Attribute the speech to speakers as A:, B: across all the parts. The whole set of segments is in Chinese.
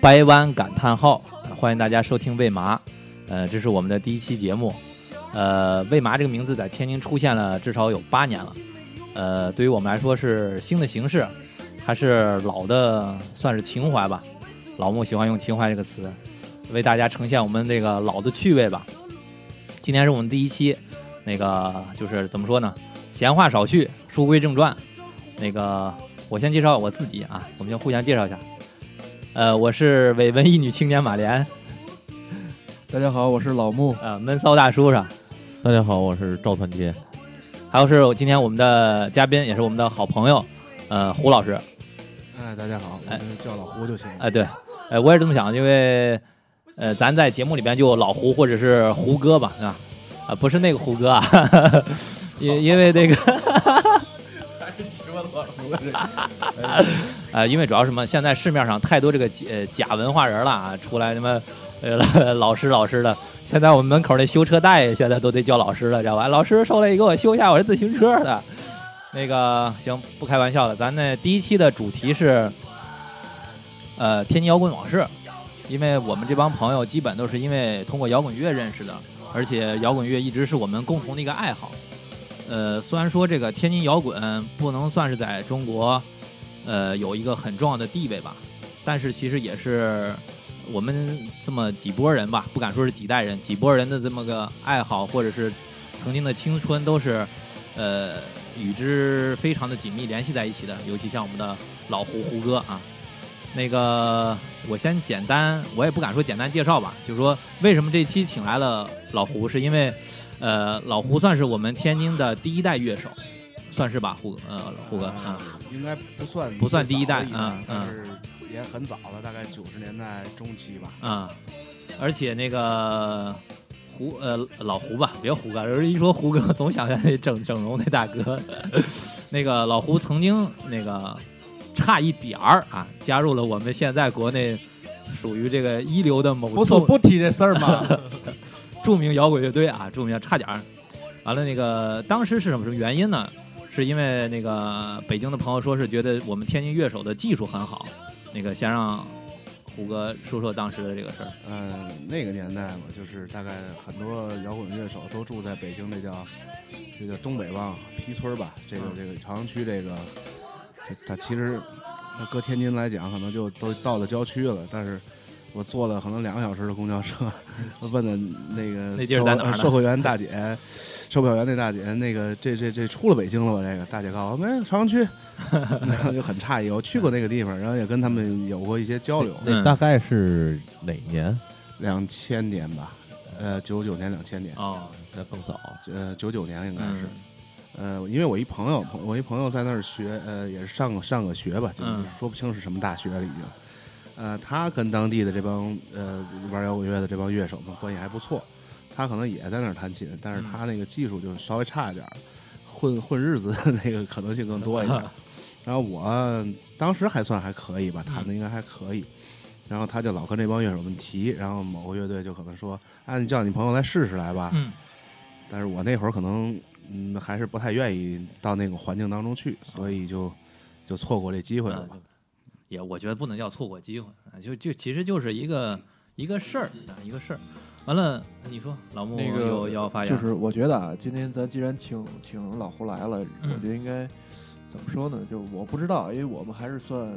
A: 掰弯感叹号，欢迎大家收听为麻。呃，这是我们的第一期节目。呃，为麻这个名字在天津出现了至少有八年了。呃，对于我们来说是新的形式，还是老的算是情怀吧。老穆喜欢用“情怀”这个词，为大家呈现我们这个老的趣味吧。今天是我们第一期，那个就是怎么说呢？闲话少叙，书归正传。那个我先介绍我自己啊，我们先互相介绍一下。呃，我是伪文艺女青年马莲，
B: 大家好，我是老穆。
A: 呃，闷骚大叔上，
C: 大家好，我是赵团结。
A: 还有是我今天我们的嘉宾，也是我们的好朋友，呃，胡老师。
B: 哎，大家好，
A: 哎
B: 我们叫老胡就行了。
A: 哎、对，呃，我也是这么想，因为呃，咱在节目里边就老胡或者是胡歌吧，啊，啊，不是那个胡歌啊， 因因为那个
B: 还是骑我老胡的这个。
A: 呃，因为主要是什么，现在市面上太多这个假呃假文化人了啊，出来什么呃 老师老师的，现在我们门口那修车大爷现在都得叫老师了，知道吧？老师受累给我修一下我这自行车的。那个行，不开玩笑了，咱那第一期的主题是呃天津摇滚往事，因为我们这帮朋友基本都是因为通过摇滚乐认识的，而且摇滚乐一直是我们共同的一个爱好。呃，虽然说这个天津摇滚不能算是在中国呃有一个很重要的地位吧。但是其实也是我们这么几波人吧，不敢说是几代人，几波人的这么个爱好，或者是曾经的青春，都是呃与之非常的紧密联系在一起的。尤其像我们的老胡胡歌啊，那个我先简单，我也不敢说简单介绍吧，就说为什么这期请来了老胡，是因为呃老胡算是我们天津的第一代乐手，算是吧，胡呃胡哥啊。
D: 应该不算
A: 不算第一代
D: 最早的
A: 嗯
D: 一代但是也很早了，大概九十年代中期吧。
A: 啊、而且那个胡呃老胡吧，别胡哥，有人一说胡哥，总想起来那整整容那大哥。 那个老胡曾经那个差一点儿啊，加入了我们现在国内属于这个一流的某
B: 无哎所
A: 著
B: 不提这事儿嘛，
A: 著名摇滚乐队啊，著名差点儿。完了，那个当时是什么什么原因呢？是因为那个北京的朋友说是觉得我们天津乐手的技术很好，那个先让胡哥说说当时的这个事儿。
D: 嗯、那个年代嘛，就是大概很多摇滚乐手都住在北京，这叫这叫东北吧，皮村儿吧，这个
A: 嗯
D: 这个朝阳区这个，这它其实那搁天津来讲，可能就都到了郊区了，但是。我坐了可能两个小时的公交车，问的那个
A: 那地儿在哪儿呢
D: 售货员大姐，售票员那大姐，那个这这这出了北京了吧？这个大姐告诉我，没朝阳区， 然后就很诧异。我去过那个地方，然后也跟他们有过一些交流。
A: 嗯
C: 那 大概是哪年？
D: 两千年吧，呃，九九年两千年，
A: 哦，
C: 那更早。
D: 呃，九九年应该是
A: 嗯，，
D: 呃，因为我一朋友，朋我一朋友在那儿学，呃，也是上个上个学吧，就是
A: 嗯
D: 说不清是什么大学了已经，呃，他跟当地的这帮呃玩摇滚乐的这帮乐手们关系还不错，他可能也在那儿弹琴，但是
A: 嗯
D: 他那个技术就稍微差一点儿，混混日子的那个可能性更多一点儿。
A: 嗯
D: 然后我当时还算还可以吧，弹
A: 嗯
D: 的应该还可以。然后他就老跟这帮乐手们提，然后某个乐队就可能说：“啊，你叫你朋友来试试来吧。
A: 嗯
D: 但是我那会儿可能嗯还是不太愿意到那个环境当中去，所以就就错过这机会了
A: 啊
D: 吧。
A: 呃也我觉得不能叫错过机会，啊就就其实就是一个一个事儿啊，一个事儿。完了，你说老穆
B: 那个
A: 有要发言，
B: 就是我觉得啊，今天咱既然请请老胡来了，
A: 嗯
B: 我觉得应该怎么说呢？就我不知道，因为我们还是算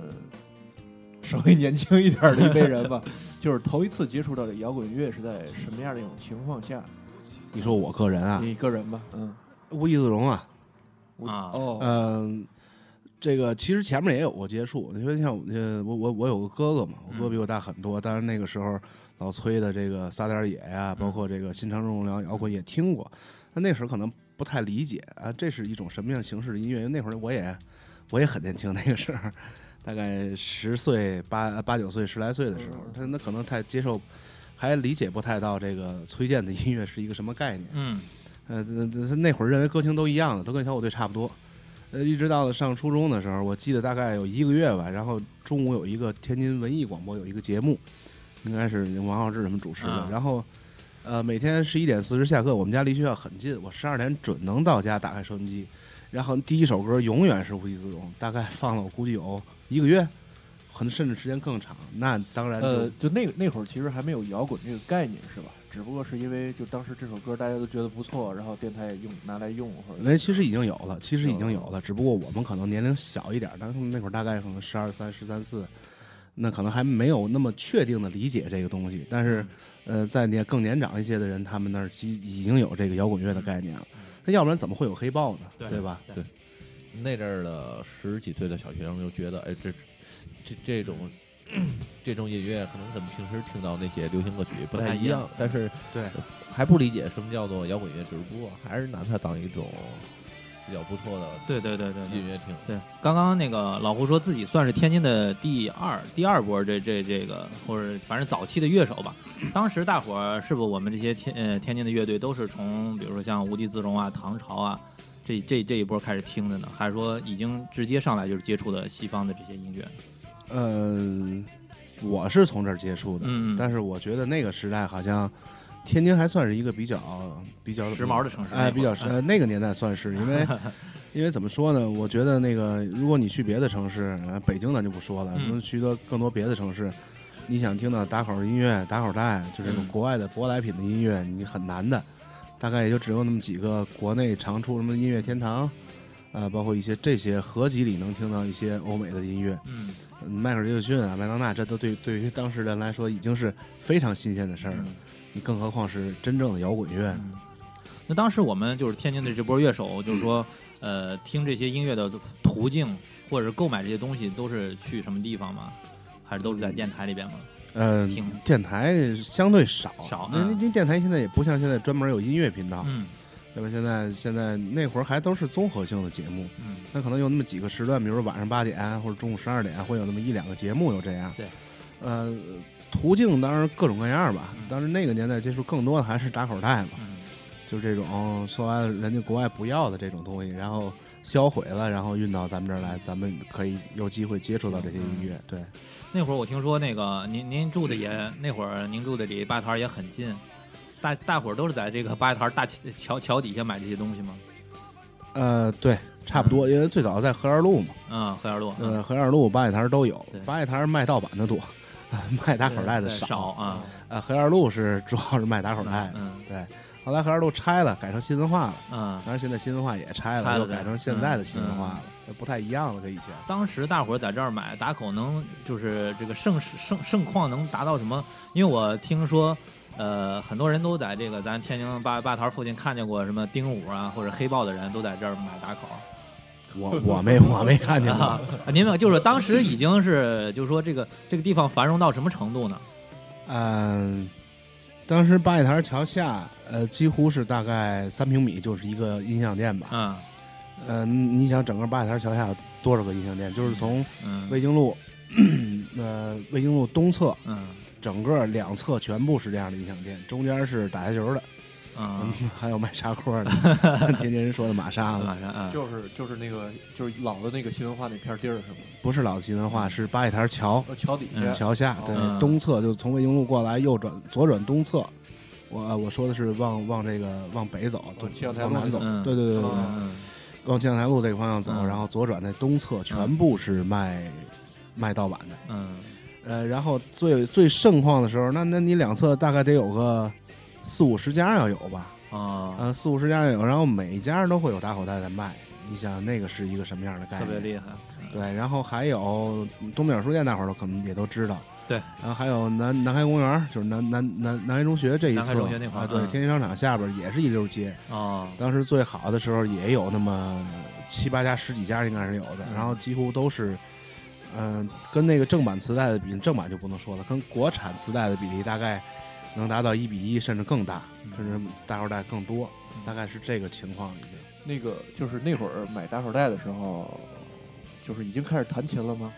B: 稍微年轻一点儿的一辈人 吧，就是头一次接触到这摇滚乐是在什么样的一种情况下？
D: 你说我个人啊，
B: 你个人吧，嗯，
D: 无地自容啊，
B: 我
A: 啊
B: 哦，
D: 嗯、这个其实前面也有过接触。你说像我呃，我我我有个哥哥嘛，我哥
A: 嗯
D: 比我大很多，当然那个时候老崔的这个撒点儿野呀、包
A: 嗯
D: 括这个新长重量摇滚也听过，那那时候可能不太理解啊，这是一种什么样形式的音乐？因为那会儿我也我也很年轻，那个时候大概十岁八八九岁十来岁的时候，
B: 嗯
D: 他那可能太接受。还理解不太到这个崔健的音乐是一个什么概念，
A: 嗯
D: 呃，这这那会儿认为歌星都一样的，都跟小虎队差不多。呃，一直到了上初中的时候，我记得大概有一个月吧，然后中午有一个天津文艺广播有一个节目，应该是王浩志什么主持的。
A: 啊
D: 然后，呃，每天十一点四十下课，我们家离学校很近，我十二点准能到家，打开收音机，然后第一首歌永远是《无地自容》，大概放了我估计有一个月，可能甚至时间更长。那当然就、
B: 呃，就那个那会儿其实还没有摇滚这个概念是吧？只不过是因为就当时这首歌大家都觉得不错，然后电台也用拿来用或者
D: 那哎其实已经有了，其实已经有了，只不过我们可能年龄小一点，但是那会儿大概可能十二三、十三四，那可能还没有那么确定的理解这个东西。但是，呃，在年更年长一些的人，他们那儿已已经有这个摇滚乐的概念了。那要不然怎么会有黑豹呢？
A: 对
D: 对吧？
A: 对
C: 那阵儿的十几岁的小学生就觉得，哎，这这这种。 这种音乐可能跟平时听到那些流行歌曲不太一样，但是
D: 对
C: 还不理解什么叫做摇滚乐，只不过还是拿它当一种比较不错的
A: 对对对对对
C: 音乐听。
A: 对，刚刚那个老胡说自己算是天津的第二第二波这这这个，或者反正早期的乐手吧。当时大伙儿是不是我们这些天呃天津的乐队都是从比如说像无地自容啊、唐朝啊这这这一波开始听的呢，还是说已经直接上来就是接触的西方的这些音乐？
D: 嗯、我是从这儿接触的，
A: 嗯，
D: 但是我觉得那个时代好像天津还算是一个比较比较
A: 时髦的城市那会
D: 哎，
A: 儿
D: 比较时呃那个年代算是，因 为因为怎么说呢？我觉得那个如果你去别的城市，呃北京咱就不说了，
A: 嗯
D: 如果去多更多别的城市，你想听到打口音乐、打口带，就是那种
A: 嗯
D: 国外的舶来品的音乐，你很难的，大概也就只有那么几个国内常出什么音乐天堂。啊、包括一些这些合集里能听到一些欧美的音乐，
A: 嗯
D: 嗯迈克尔·杰克逊啊、麦当娜，这都对对于当事人来说已经是非常新鲜的事儿了。
A: 嗯
D: 你更何况是真正的摇滚乐，
A: 嗯那当时我们就是天津的这波乐手，就是说，呃，听这些音乐的途径或者是购买这些东西，都是去什么地方吗？还是都是在电台里边吗？
D: 嗯、
A: 听
D: 电台相对少，
A: 少
D: 因
A: 嗯
D: 为因为电台现在也不像现在专门有音乐频道，
A: 嗯
D: 对吧？现在现在那会儿还都是综合性的节目，
A: 嗯
D: 那可能有那么几个时段，比如说晚上八点啊或者中午十二点，会有那么一两个节目有这样。
A: 对，
D: 呃，途径当然各种各样吧
A: 嗯，
D: 但是那个年代接触更多的还是打口袋嘛，
A: 嗯
D: 就是这种哦说完了人家国外不要的这种东西，然后销毁了，然后运到咱们这儿来，咱们可以有机会接触到这些音
A: 嗯
D: 乐。对，
A: 那会儿我听说那个您您住的也那会儿您住的离八台儿也很近，大大伙儿都是在这个八台儿大桥桥桥底下买这些东西吗？
D: 呃，对，差不多，因为最早在河沿路嘛，
A: 嗯，黑二路，嗯
D: 呃，河沿路、八里台都有
A: 对，
D: 八里台卖盗版的多，卖打口袋的
A: 对
D: 少。
A: 啊，
D: 呃，河沿路是主要是卖打口袋的。
A: 嗯
D: 后来河沿路拆了，改成新文化了，
A: 嗯。
D: 当然现在新文化也拆
A: 拆了
D: 了，又
A: 对
D: 改成现在的新文化
A: 嗯
D: 了，不太一样了，跟以前。
A: 当时大伙儿在这儿买打口能就是这个盛盛盛况能达到什么？因为我听说，呃，很多人都在这个咱天津八八台儿附近看见过什么丁武啊或者黑豹的人都在这儿买打口。
D: 我我没 我没看见 过
A: 啊。，您们就是当时已经是就是说这个这个地方繁荣到什么程度呢？
D: 嗯，当时八里台桥下，呃，几乎是大概三平米就是一个音像店吧。
A: 嗯
D: 嗯、你想整个八里台桥下有多少个音像店？就是从
A: 嗯
D: 魏京路， 呃，魏京路东侧
A: 嗯
D: 整个两侧全部是这样的音像店，中间是打台球的，
A: 嗯，
D: 还有卖砂锅的，天津人说的玛莎嘛，
A: 晚上啊，
B: 就是就是那个就是老的那个新文化那片地儿是吗？
D: 不是老的新文化，是八里台桥
B: 呃，桥底
A: 嗯
B: 下，
D: 桥下，对，
A: 嗯
D: 东侧就从魏京路过来，右转左转东侧。我呃我说的是往往这个往北走，对
B: 往七号台
D: 往
B: 路
D: 南
B: 那
D: 走，
A: 边
D: 对对对对对，
B: 哦
A: 嗯
D: 往建台路这个方向走，
A: 嗯
D: 然后左转在东侧全部是卖、卖盗版的。
A: 嗯
D: 呃，然后最最盛况的时候，那那你两侧大概得有个四五十家要有吧？
A: 哦，
D: 呃，四五十家要有，然后每一家都会有打口袋在卖。你想那个是一个什么样的概
A: 特
D: 念？
A: 别厉害，嗯
D: 对，然后还有东北小书店，大伙儿都可能也都知道。
A: 对，
D: 然后还有南南开公园，就是南南南南开中学这一侧，
A: 南开中学那块儿
D: 啊，对，
A: 嗯
D: 天津商场下边儿也是一溜街。
A: 哦，
D: 当时最好的时候也有那么七八家、十几家应该是有的，
A: 嗯
D: 然后几乎都是，嗯、跟那个正版磁带的比，正版就不能说了，跟国产磁带的比例大概能达到一比一，甚至更大，
A: 嗯
D: 甚至大口带更多，
A: 嗯
D: 大概是这个情况已经。
B: 那个就是那会儿买打口袋的时候，就是已经开始弹琴了吗？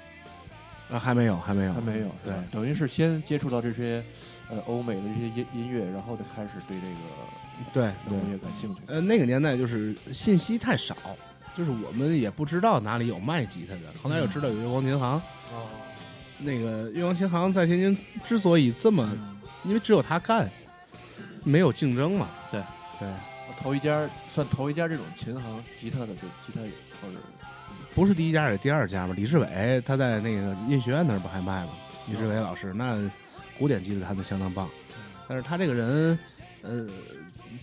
D: 啊，还没有，还没有，
B: 还没有，是
D: 对
B: 吧，等于是先接触到这些呃欧美的这些音音乐，然后再开始对这个
D: 对
B: 摇
D: 对。
B: 滚乐感兴趣。
D: 呃，那个年代就是信息太少，就是我们也不知道哪里有卖吉他的。后来又知道有月光琴行，那个月光琴行在天津之所以这么，
A: 嗯
D: 因为只有他干，没有竞争嘛。
A: 对
D: 对，
B: 呃头一家算头一家这种琴行吉他的这吉他或者
D: 不是第一家也是第二家吧？李志伟他在那个音乐学院那儿不还卖吗？李志伟老师那古典吉他弹的相当棒，但是他这个人，呃，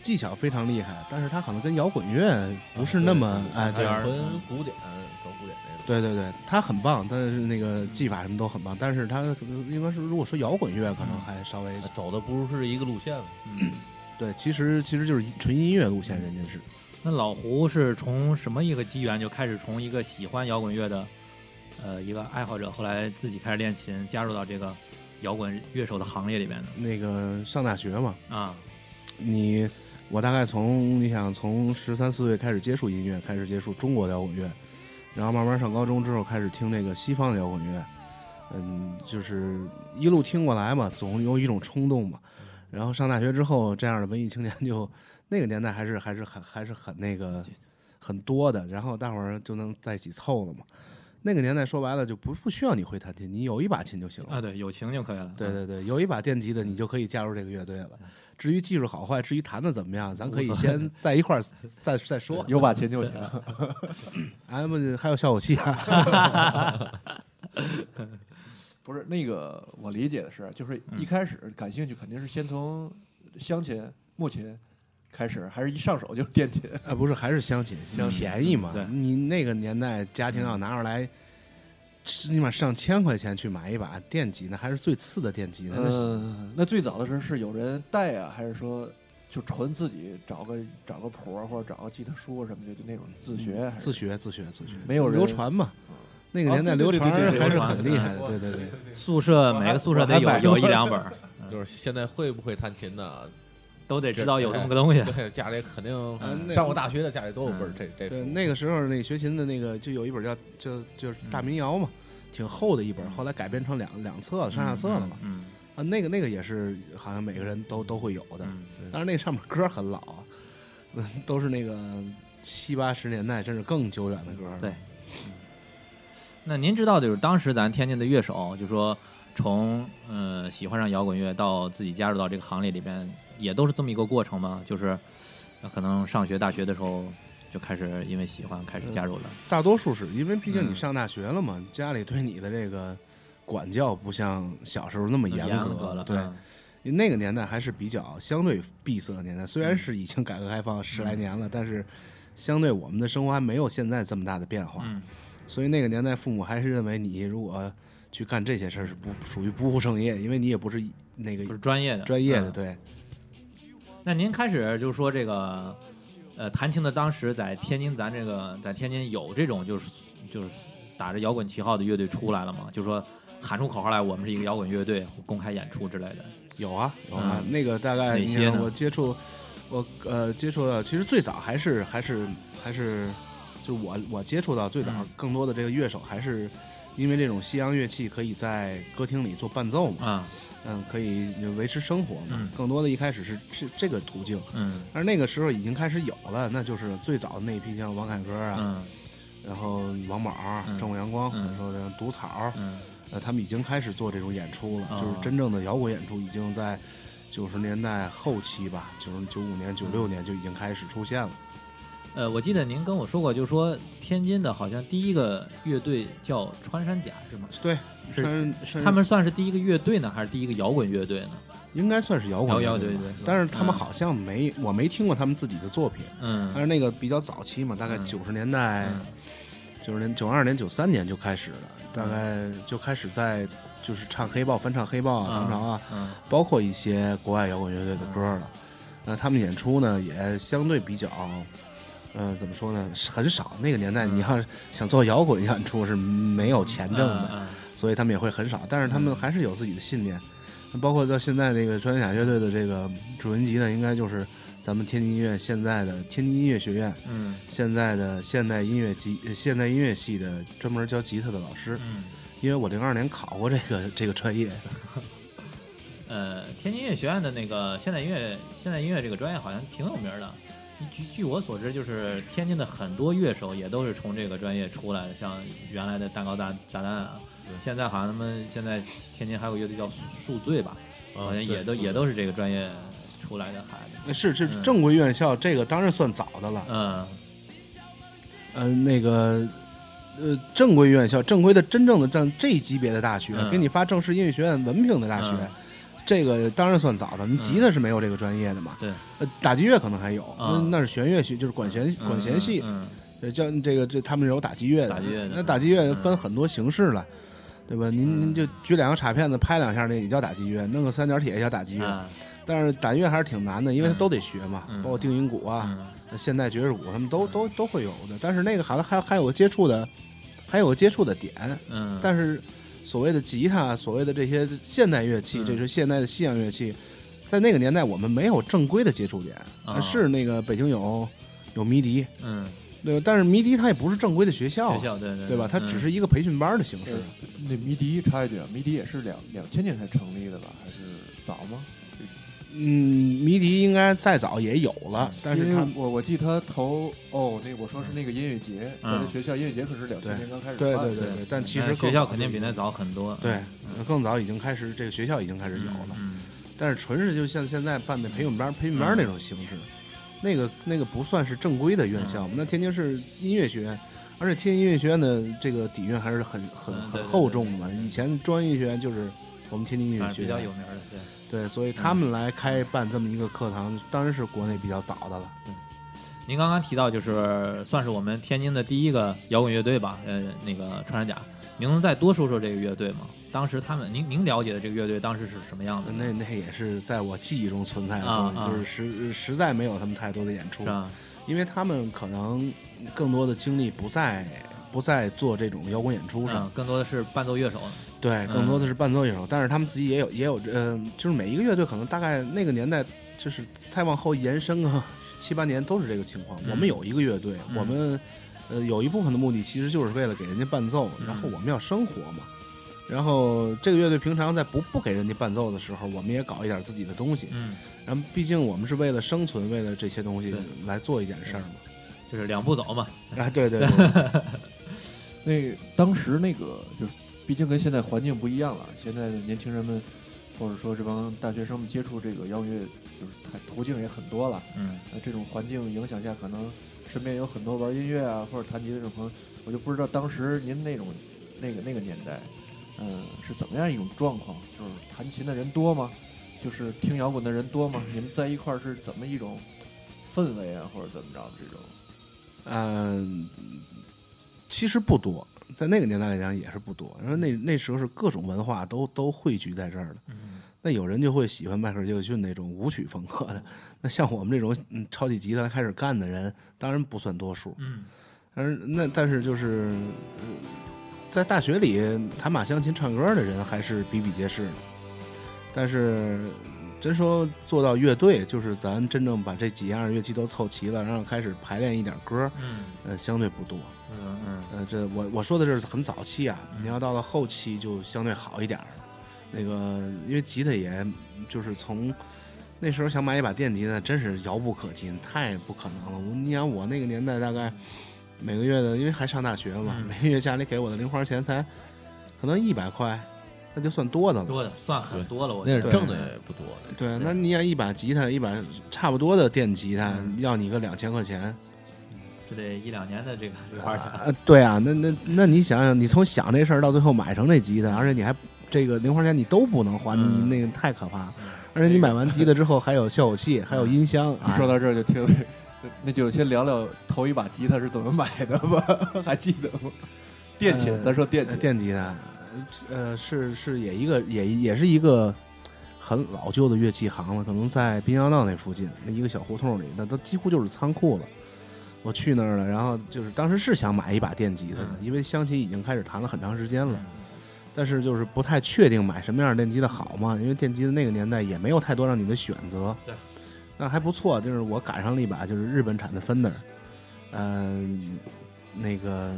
D: 技巧非常厉害，但是他可能跟摇滚乐不是那么哎对。
C: 啊纯古典，嗯搞古典那种。
D: 对对对，他很棒，但是那个技法什么都很棒，但是他可能应该是如果说摇滚乐，可能还稍微
C: 走的不是一个路线了，
A: 嗯
D: 对，其实其实就是纯音乐路线，人家是
A: 那老胡是从什么一个机缘就开始从一个喜欢摇滚乐的，呃，一个爱好者，后来自己开始练琴，加入到这个摇滚乐手的行列里面的
D: 那个上大学嘛，
A: 啊？
D: 你我大概从你想从十三四岁开始接触音乐，开始接触中国摇滚乐，然后慢慢上高中之后开始听那个西方的摇滚乐，嗯，就是一路听过来嘛，总有一种冲动嘛。然后上大学之后，这样的文艺青年就那个年代还是还是很还是很那个很多的，然后大伙儿就能在一起凑了嘛。那个年代说白了就不不需要你会弹琴，你有一把琴就行了
A: 啊，对，友情就可以了。
D: 对对对，有一把电吉的，你就可以加入这个乐队了。至于技术好坏，至于弹的怎么样，咱可以先在一块儿再再说。
B: 有把琴就行。
D: 咱们还有效果器啊，
B: 不是那个，我理解的是，就是
D: 嗯
B: 一开始感兴趣肯定是先从湘琴、木琴开始，还是一上手就电琴？
D: 啊不是，还是相亲，
A: 相亲
D: 便宜嘛
A: 嗯对。
D: 你那个年代家庭要拿出来，起码上千块钱去买一把电吉，那还是最次的电吉呢。那是
B: 嗯，那最早的时候是有人带啊，还是说就纯自己找个找个谱啊，或者找个吉他书啊什么的，就那种自学？还是
D: 嗯自学，自学，自学，
B: 没有人
D: 流传嘛。那个年代
B: 啊对
D: 流
B: 对对
D: 传
B: 对对
D: 还是
A: 流传
D: 很厉害的，对对对。
A: 宿舍每个宿舍得
B: 我
A: 有
B: 还买
A: 有
B: 过
A: 一两本儿，
C: 就是现在会不会弹琴呢？
A: 都得知道有这么个东西。
C: 对，嗯家里肯定
D: 嗯那
C: 上过大学的家里都有本儿这这
D: 对，
A: 嗯
C: 书。
D: 那个时候那学琴的那个就有一本叫就就是大民谣嘛，挺厚的一本，后来改编成两两册 上下册了嘛。
A: 嗯，
D: 啊，那个那个也是好像每个人都都会有的，
A: 嗯
D: 但是那上面歌很老啊，嗯都是那个七八十年代，甚至更久远的歌了。
A: 对那您知道，就是当时咱天津的乐手，就说从呃喜欢上摇滚乐到自己加入到这个行列里边，也都是这么一个过程吗？就是呃可能上学、大学的时候就开始因为喜欢开始加入了。
D: 大多数是因为毕竟你
A: 嗯
D: 上大学了嘛，家里对你的这个管教不像小时候那么严
A: 严
D: 格
A: 了，
D: 对，
A: 嗯
D: 因为那个年代还是比较相对闭塞的年代，虽然
A: 嗯
D: 是已经改革开放十来年了，但是相对我们的生活还没有现在这么大的变化。
A: 嗯，
D: 所以那个年代，父母还是认为你如果去干这些事儿是不属于不务正业，因为你也不是那
A: 不是
D: 个
A: 专业的，
D: 专业的，
A: 嗯
D: 对，
A: 那您开始就是说这个，呃，弹琴的当时在天津，咱这个在天津有这种就是就是打着摇滚旗号的乐队出来了吗？就说喊出口号来，我们是一个摇滚乐队，公开演出之类的。
D: 有啊有啊。
A: 嗯
D: 那个大概
A: 哪
D: 你
A: 些
D: 看
A: 呢
D: 我接触，我呃接触到，其实最早还是还是还是，就我我接触到最早
A: 嗯
D: 更多的这个乐手，还是因为这种西洋乐器可以在歌厅里做伴奏嘛，
A: 啊，
D: 嗯，可以维持生活嘛
A: 嗯。
D: 更多的一开始是这这个途径，
A: 嗯
D: 而那个时候已经开始有了，那就是最早的那一批像王凯歌啊。
A: 嗯
D: 然后王宝儿、
A: 嗯
D: 正午阳光，
A: 嗯
D: 然后像毒草，
A: 嗯
D: 呃，他们已经开始做这种演出了，
A: 哦
D: 就是真正的摇滚演出已经在九十年代后期吧，九九五年、九六
A: 嗯
D: 年就已经开始出现了。
A: 呃，我记得您跟我说过，就是说天津的好像第一个乐队叫穿山甲是吗？
D: 对，
A: 是
D: 穿穿
A: 他们算是第一个乐队呢，还是第一个摇滚乐队呢？
D: 应该算是摇滚
A: 摇
D: 乐队
A: 摇
D: 吧
A: 对对对
D: 但是他们
A: 嗯
D: 好像没，我没听过他们自己的作品。但
A: 嗯
D: 是那个比较早期嘛，大概
A: 嗯
D: 九十年代、
A: 嗯
D: 九十年、九二年、九三年就开始了，大概就开始在就是唱黑豹、翻唱黑豹啊、唐朝啊，
A: 嗯
D: 包括一些国外摇滚乐队
A: 啊
D: 的歌了。那他们演出呢，也相对比较，呃，怎么说呢，是很少。那个年代，
A: 嗯
D: 你要想做摇滚演出是没有钱挣的，
A: 嗯
D: 所以他们也会很少。但是他们还是有自己的信念。那包括到现在这个专业甲乐队的这个主音级呢，应该就是咱们天津音乐现在的天津音乐学院
A: 嗯
D: 现在的现代音乐吉呃现代音乐系的专门教吉他的老师
A: 嗯。嗯
D: 因为我零二年考过这个 这个专业，
A: 呃，天津音乐学院的那个现代音乐，现代音乐这个专业好像挺有名儿的。据据我所知，就是天津的很多乐手也都是从这个专业出来的，像原来的蛋糕大炸弹啊，现在好像他们现在天津还有乐队叫宿醉吧，
D: 嗯
A: 好像也都也都是这个专业出来的孩子。
D: 是是
A: 嗯
D: 正规院校，这个当然算早的了。
A: 嗯
D: 呃，那个呃正规院校、正规的真正的像这级别的大学，
A: 嗯
D: 给你发正式音乐学院文凭的大学，
A: 嗯
D: 这个当然算早的。你吉他是没有这个专业的嘛？
A: 对
D: 呃，打击乐可能还有，
A: 啊
D: 那那是弦乐系，就是管弦、管弦系，
A: 嗯嗯
D: 呃，叫这个这他们有打击乐的，
A: 打击乐的
D: 那打击
A: 嗯
D: 乐分很多形式了，对吧？您您就举两个镲片子拍两下，那也叫打击乐；弄个三角铁也叫打击乐。
A: 啊
D: 但是打击乐还是挺难的，因为它都得学嘛，
A: 嗯
D: 包括定音鼓啊、
A: 嗯
D: 现代爵士鼓，他们都都都会有的。但是那个好像还还有个接触的，还有个接触的点。
A: 嗯，
D: 但是所谓的吉他，所谓的这些现代乐器，
A: 嗯
D: 这是现代的西洋乐器，在那个年代我们没有正规的接触点，
A: 啊
D: 是那个北京有有迷笛。
A: 嗯
D: 对吧？但是迷笛它也不是正规的学校啊，
A: 学校对对
D: 对吧？它只
A: 嗯
D: 是一个培训班的形式。
B: 呃那迷笛插一句，啊，迷笛也是两两千年才成立的吧？还是早吗？
D: 嗯，迷笛应该再早也有了，但是
B: 因
D: 它
B: 为我我记得他头哦，那我说是那个音乐节，在
A: 嗯
B: 他学校音乐节可是两
D: 对
B: 千年刚开始
D: 对
B: 办
D: 对
B: 的
D: 对对，但其
A: 那
D: 实更
A: 学校
D: 早
A: 肯定比那早很多，
D: 对
A: 嗯，
D: 更早已经开始这个学校已经开始有了，
A: 嗯
D: 但是纯是就像现在办的培训班、培训班那种形式，那个那个不算是正规的院
A: 嗯
D: 校，那天津是音乐学院。而且天津音乐学院的这个底蕴还是很很
A: 嗯对
D: 很
A: 对
D: 厚
A: 对
D: 重的嘛。以前中央音乐学院就是我们天津音
A: 反
D: 乐
A: 正
D: 学
A: 比较
D: 院
A: 有，名的，对，
D: 对，所以他们来开办这么一个课堂，当然是国内比较早的了。
A: 您刚刚提到，就是算是我们天津的第一个摇滚乐队吧，呃，那个穿山甲，您能再多说说这个乐队吗？当时他们，您您了解的这个乐队当时是什么样的？
D: 那那也是在我记忆中存在的东西，
A: 啊啊
D: 就是实实在没有他们太多的演出
A: 是，啊吧？
D: 因为他们可能更多的精力不在不在做这种摇滚演出上，
A: 嗯，更多的是伴奏乐手，
D: 对，
A: 嗯
D: 更多的是伴奏乐手。但是他们自己也有也有，呃，就是每一个乐队可能大概那个年代就是再往后延伸个 七八年都是这个情况。
A: 嗯
D: 我们有一个乐队，
A: 嗯
D: 我们呃有一部分的目的其实就是为了给人家伴奏，
A: 嗯
D: 然后我们要生活嘛。然后这个乐队平常在不不给人家伴奏的时候，我们也搞一点自己的东西。
A: 嗯，
D: 然后毕竟我们是为了生存，为了这些东西
A: 对
D: 来做一件事儿嘛。
A: 就是两步走嘛，
D: 啊，对对对，
B: 那当时那个就是，毕竟跟现在环境不一样了，现在的年轻人们，或者说这帮大学生们接触这个摇滚乐，就是太途径也很多了。
A: 嗯
B: 那这种环境影响下，可能身边有很多玩音乐啊或者弹吉的这种朋友，我就不知道当时您那种那个那个年代，嗯、是怎么样一种状况？就是弹琴的人多吗？就是听摇滚的人多吗？你们在一块儿是怎么一种氛围啊，或者怎么着的这种？
D: 嗯、其实不多，在那个年代来讲也是不多，因为那那时候是各种文化都都汇聚在这儿的。
A: 嗯
D: 那有人就会喜欢迈克尔·杰克逊那种舞曲风格的，那像我们这种嗯抄起吉他开始干的人，当然不算多数。
A: 嗯
D: 而那但是就是、呃在大学里弹马香琴、唱歌的人还是比比皆是的。但是真说做到乐队，就是咱真正把这几样乐器都凑齐了，然后开始排练一点歌，
A: 嗯
D: 呃，相对不多。
A: 嗯嗯
D: 呃，这我我说的这是很早期啊，
A: 嗯
D: 你要到了后期就相对好一点儿了。那个，因为吉他也就是从那时候想买一把电吉他，真是遥不可及，太不可能了。我你想我那个年代，大概每个月的，因为还上大学嘛，
A: 嗯
D: 每个月家里给我的零花钱才可能一百块，那就算多的了。
A: 多的算很多了，我觉
C: 那是
A: 得
D: 对
C: 挣的也不多，
D: 对，那你想一把吉他，一把差不多的电吉他，
A: 嗯
D: 要你个两千块钱，
A: 这得一两年的这个零花 钱，
D: 啊，对啊，那那那你想想，你从想这事儿到最后买成这吉他，而且你还这个零花钱你都不能花，你
A: 嗯嗯
D: 那个太可怕了。而且你买完吉他之后还有效果器，还有音箱啊。
B: 说到这儿就听， 那那就先聊聊头一把吉他是怎么买的吧， 还记得吗？电琴，
D: 呃
B: 咱说电
D: 呃
B: 琴，
D: 电吉他，呃，是是也一个也也是一个很老旧的乐器行了，可能在滨江道那附近那一个小胡同里，那都几乎就是仓库了。我去那儿了，然后就是当时是想买一把电吉他的，因为香琪已经开始弹了很长时间了。但是就是不太确定买什么样的电机的好嘛，因为电机的那个年代也没有太多让你的选择。
A: 对，
D: 那还不错，就是我赶上了一把就是日本产的 Fender，嗯、那个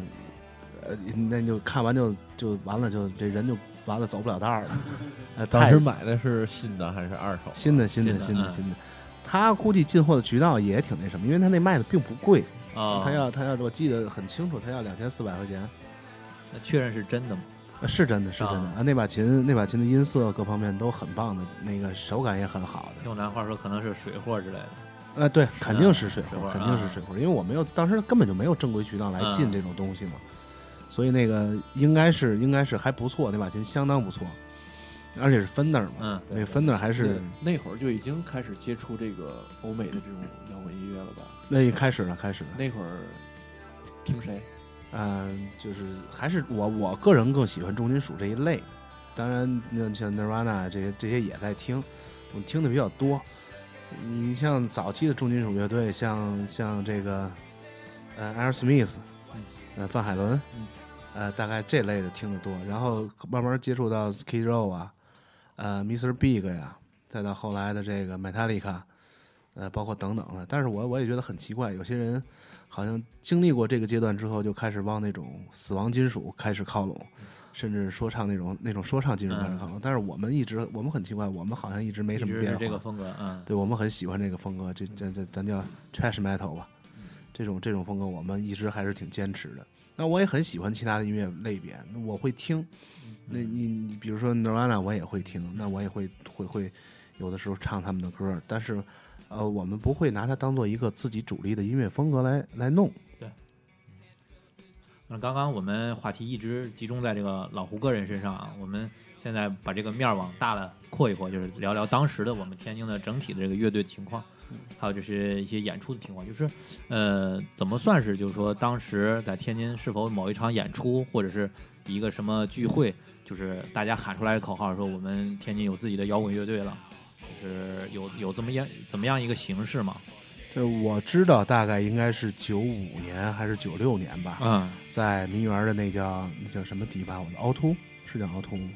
D: 呃，那就看完就就完了，就这人就完了，走不了道儿了。呃，
C: 当
D: 太
C: 时买的是新的还是二手？
D: 新的新的
A: 新
D: 新
A: 的
D: 的
A: 嗯
D: 新的，他估计进货的渠道也挺那什么，因为他那卖的并不贵，
A: 啊，
D: 他要他要我记得很清楚，他要两千四百块钱。
A: 那确认是真的吗？
D: 呃是真的，是真的
A: 啊
D: 啊！那把琴，那把琴的音色各方面都很棒的，那个手感也很好的。
A: 用咱话说，可能是水货之类的，
D: 呃，对，肯定是水
A: 水
D: 壶啊
A: 壶，
D: 嗯肯定是水壶，因为我没有当时根本就没有正规渠道来进这种东西嘛。所以那个应该是应该是还不错，那把琴相当不错，而且是芬德嘛，
A: 嗯，
D: 那个芬德还是
B: 那那会儿就已经开始接触这个欧美的这种摇滚音乐了吧？
D: 那也开始了，开始了，
B: 那会儿听谁？
D: 嗯，就是还是我我个人更喜欢重金属这一类，当然那像 Nirvana 这些这些也在听，我听的比较多。你像早期的重金属乐队，像像这个，呃，Air Smith，
B: 嗯
D: 呃，范海伦，
B: 嗯
D: 呃，大概这类的听得多。然后慢慢接触到 Skid Row 啊，呃，Mr. Big 呀，再到后来的这个 Metallica，呃，包括等等的。但是我我也觉得很奇怪，有些人好像经历过这个阶段之后，就开始往那种死亡金属开始靠拢，甚至说唱那种那种说唱金属
B: 嗯
D: 开始靠拢。但是我们一直我们很奇怪，我们好像一直没
A: 一
D: 什么
A: 直
D: 变
A: 是
D: 化。
A: 这个风格，嗯，
D: 对我们很喜欢这个风格，这这这咱叫 trash metal 吧，
A: 嗯
D: 这种这种风格我们一直还是挺坚持的。那我也很喜欢其他的音乐类别，我会听。
A: 嗯
D: 那你你比如说 Nirvana 我也会听，那我也会会会有的时候唱他们的歌，但是呃，我们不会拿它当做一个自己主力的音乐风格来来弄。
A: 那刚刚我们话题一直集中在这个老胡个人身上啊，我们现在把这个面儿往大了扩一扩，就是聊聊当时的我们天津的整体的这个乐队情况，还有就是一些演出的情况，就是呃，怎么算是就是说当时在天津是否某一场演出或者是一个什么聚会，就是大家喊出来的口号说我们天津有自己的摇滚乐队了，就是有有这么样怎么样一个形式嘛？
D: 这我知道大概应该是九五年还是九六年吧，
A: 嗯，
D: 在民园的那叫那叫什么迪吧，我的凹凸是叫凹凸吗？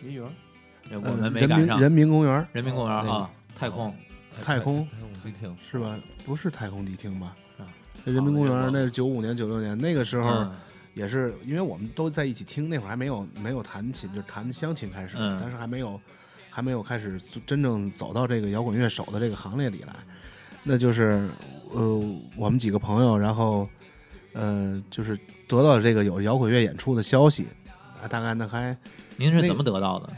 B: 民园儿
A: 我们没
D: 呃人
A: 赶
D: 民
A: 上
D: 人民公园。
A: 呃人民公园
D: 那个
A: 啊，太空。
D: 太空
C: 太空迪厅
D: 是吧？不是太空迪厅吧？
A: 啊，
D: 人民公园
A: 好
D: 儿
A: 那
D: 那是九五年、九六年那个时候，
A: 嗯
D: 也是因为我们都在一起听，那会儿还没有没有弹琴，就是弹乡琴开始，
A: 嗯
D: 但是还没有还没有开始真正走到这个摇滚乐手的这个行列里来。那就是呃，我们几个朋友，然后呃，就是得到这个有摇滚乐演出的消息，啊，大概那还
A: 您是
D: 那哎
A: 怎么得到的？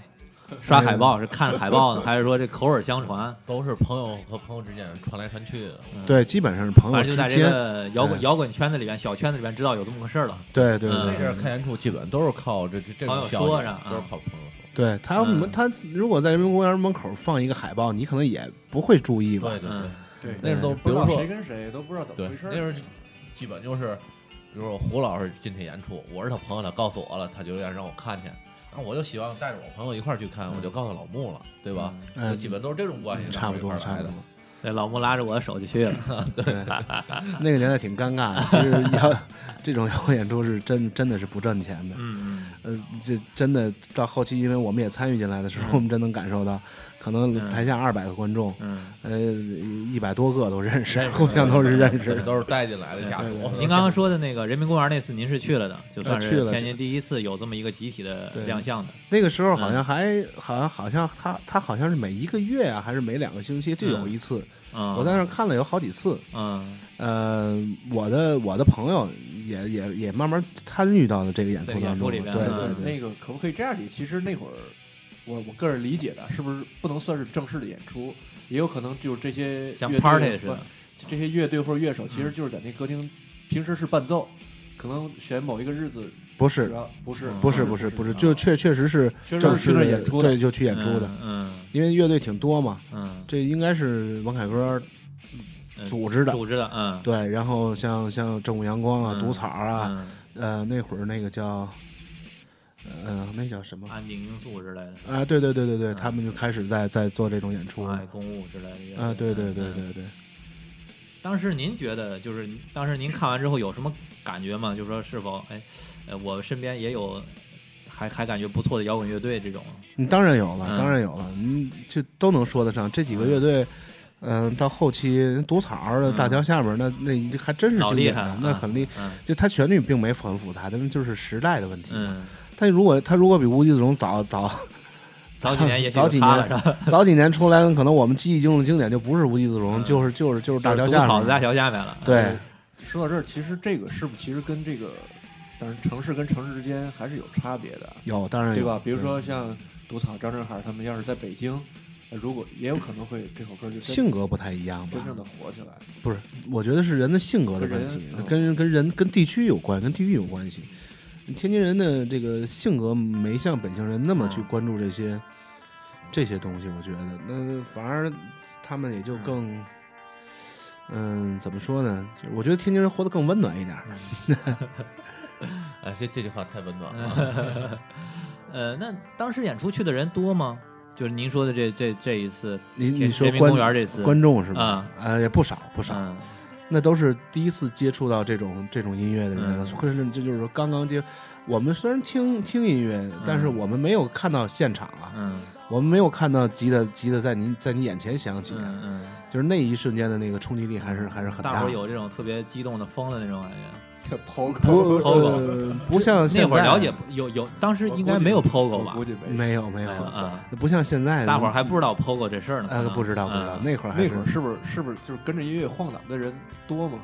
A: 刷海报是看海报呢，还是说这口耳相传？
C: 都是朋友和朋友之间传来传去的。
D: 对，基本上是朋
A: 反正
D: 友之
A: 就在这
D: 间，
A: 个摇滚
D: 嗯
A: 摇滚圈子里边、小圈子里边知道有这么个事儿了。
D: 对对对
A: 嗯
C: 那阵儿看演出基本都是靠这这这
A: 朋友
C: 种消
A: 说
C: 息
A: 着，啊
C: 都是靠朋友说。
D: 对他
A: 嗯
D: 们，他如果在人民公园门口放一个海报，你可能也不会注意吧
C: 对？对对
A: 嗯，
B: 对
C: 那时候都
B: 不
C: 比
B: 知
C: 如
B: 道
C: 说
B: 谁跟谁都不知道怎么
C: 对
B: 回事，
C: 那
B: 儿。
C: 时候基本就是，比如说胡老师进去演出，我是他朋友，他告诉我了，他就愿意让我看去，那我就希望带着我朋友一块儿去看，我就告诉老穆了，对吧？
D: 嗯
C: 就基本都是这种关系，
D: 差不多，
C: 咱
D: 差
C: 们
D: 不
C: 一块儿来的
D: 多。。
A: 对，老穆拉着我的手就 去了。
D: 对，那个年代挺尴尬的，就是摇这种摇滚演出是真真的是不挣钱的。
A: 嗯
D: 呃，这真的到后期，因为我们也参与进来的时候，我们真能感受到，可能
A: 嗯
D: 台下二百个观众，
A: 嗯
D: 呃，一百多个都认识，
C: 认识
D: 互相都是认识
C: 这
D: 的。
C: 都是带进来的家属
D: 对对。
A: 嗯，您刚刚说的那个人民公园那次，您是去了的，就算
D: 呃
A: 是
D: 去了
A: 天津第一次有这么一个集体的
D: 对
A: 亮相的。
D: 那个时候好像还好像好像他他好像是每一个月啊，还是每两个星期就有一次，
A: 嗯，
D: 我在那儿看了有好几次。
A: 嗯，
D: 呃，我的我的朋友也也也慢慢参与到了这个演出
A: 在演
D: 当
A: 出
D: 中
A: 里
D: 了，
A: 边
D: 对
A: 嗯
D: 对对，
B: 那个可不可以这样理？其实那会儿，我我个人理解的，是不是不能算是正式的演出？也有可能就是这些
A: 像
B: 乐
A: party
B: 队
A: 似的。
B: 这些乐队或者乐手，其
A: 嗯
B: 实就是在那歌厅，平时是伴奏，可能选某一个日子，
D: 不
B: 只
D: 是
B: 要不是
A: 嗯
D: 不是
B: 是
D: 不是
B: 是
D: 不是，
B: 啊
D: 就确确实是
B: 确实
D: 正
B: 是去
D: 式
B: 那
D: 的
B: 儿演出的
D: 对，，就去演出的，
A: 嗯
D: 因为乐队挺多嘛。
A: 嗯
D: 这应该是王凯歌
A: 嗯，
D: 组织的
A: 组织的，嗯
D: 对，然后像像正午阳光啊、
A: 嗯
D: 毒草啊，
A: 嗯，
D: 呃，那会儿那个叫，呃，那叫什么
A: 安定因素之类的，
D: 啊？对对对对对，
A: 嗯
D: 他们就开始在在做这种演出
A: 爱
D: 了
A: 公务之类的。
D: 嗯啊，对对对
A: 嗯
D: 对对。
A: 当时您觉得，就是当时您看完之后有什么感觉吗？就是说是否，哎，呃，我身边也有还还感觉不错的摇滚乐队这种，
D: 你当然有了，
A: 嗯
D: 当然有了，你这都能说得上。这几个乐队，嗯、到后期毒草儿的
A: 嗯
D: 大桥下边儿，那那还真是
A: 老
D: 经
A: 厉
D: 典
A: 害
D: 的
A: 了，
D: 那
A: 啊
D: 很厉。
A: 嗯
D: 就它旋律并没很复杂，但就是时代的问题。
A: 嗯，
D: 但如果它如果比无地自容早早
A: 早几年也许
D: 早几
A: 就塌了
D: 年
A: 是吧？
D: 早几年出来，可能我们记忆中的经典就不是无地自容，
A: 嗯
D: 就是就是就是大桥
A: 就是
D: 下
A: 毒草
D: 边
A: 子
D: 儿
A: 大桥嗯下面了，
D: 对，
B: 说到这儿，其实这个是不是其实跟这个，当然城市跟城市之间还是有差别的，
D: 有当然有
B: 对吧？比如说像毒草、张振海他们要是在北京，呃如果也有可能会这首歌就真
D: 性格不太一样吧
B: 真？正的火起来。
D: 不是，我觉得是人的性格的问题
A: 嗯
B: 跟人，
D: 跟跟人跟地区有关，跟地域有关系。天津人的这个性格没像北京人那么去
A: 嗯
D: 关注这些、这些东西，我觉得那反而他们也就更，嗯、怎么说呢？就是我觉得天津人活得更温暖一点儿。
A: 嗯
C: 哎，这这句话太温暖
A: 嗯
C: 了。啊
A: 呃，那当时演出去的人多吗？就是您说的这这这一次
D: 你
A: 天
D: 你说
A: 人民
D: 观
A: 公园这次
D: 观众是吧？
A: 啊
D: 呃，也不少不少，
A: 嗯
D: 那都是第一次接触到这种这种音乐的人，
A: 嗯
D: 或者是这就是说刚刚接。我们虽然听听音乐，但是我们没有看到现场啊，
A: 嗯
D: 我们没有看到吉他吉他在你在你眼前响起，
A: 嗯嗯，
D: 就是那一瞬间的那个冲击力还是还是很大的。
A: 大伙儿有这种特别激动的疯了那种感觉。
B: 这 POGO
D: 不
A: Pogo
D: 呃不像现在
A: 那会儿了解不有有，当时应该没有 POGO 吧
B: 我？估计没有。
D: 没有没有，
A: 啊，
D: 不像现在
A: 大伙儿还不知道 POGO 这事儿呢。可
D: 呃
A: 能嗯
D: 不知道不知道，。那会儿还
B: 那
D: 是
B: 会儿是不是是不是就是跟着音乐晃荡的人多吗？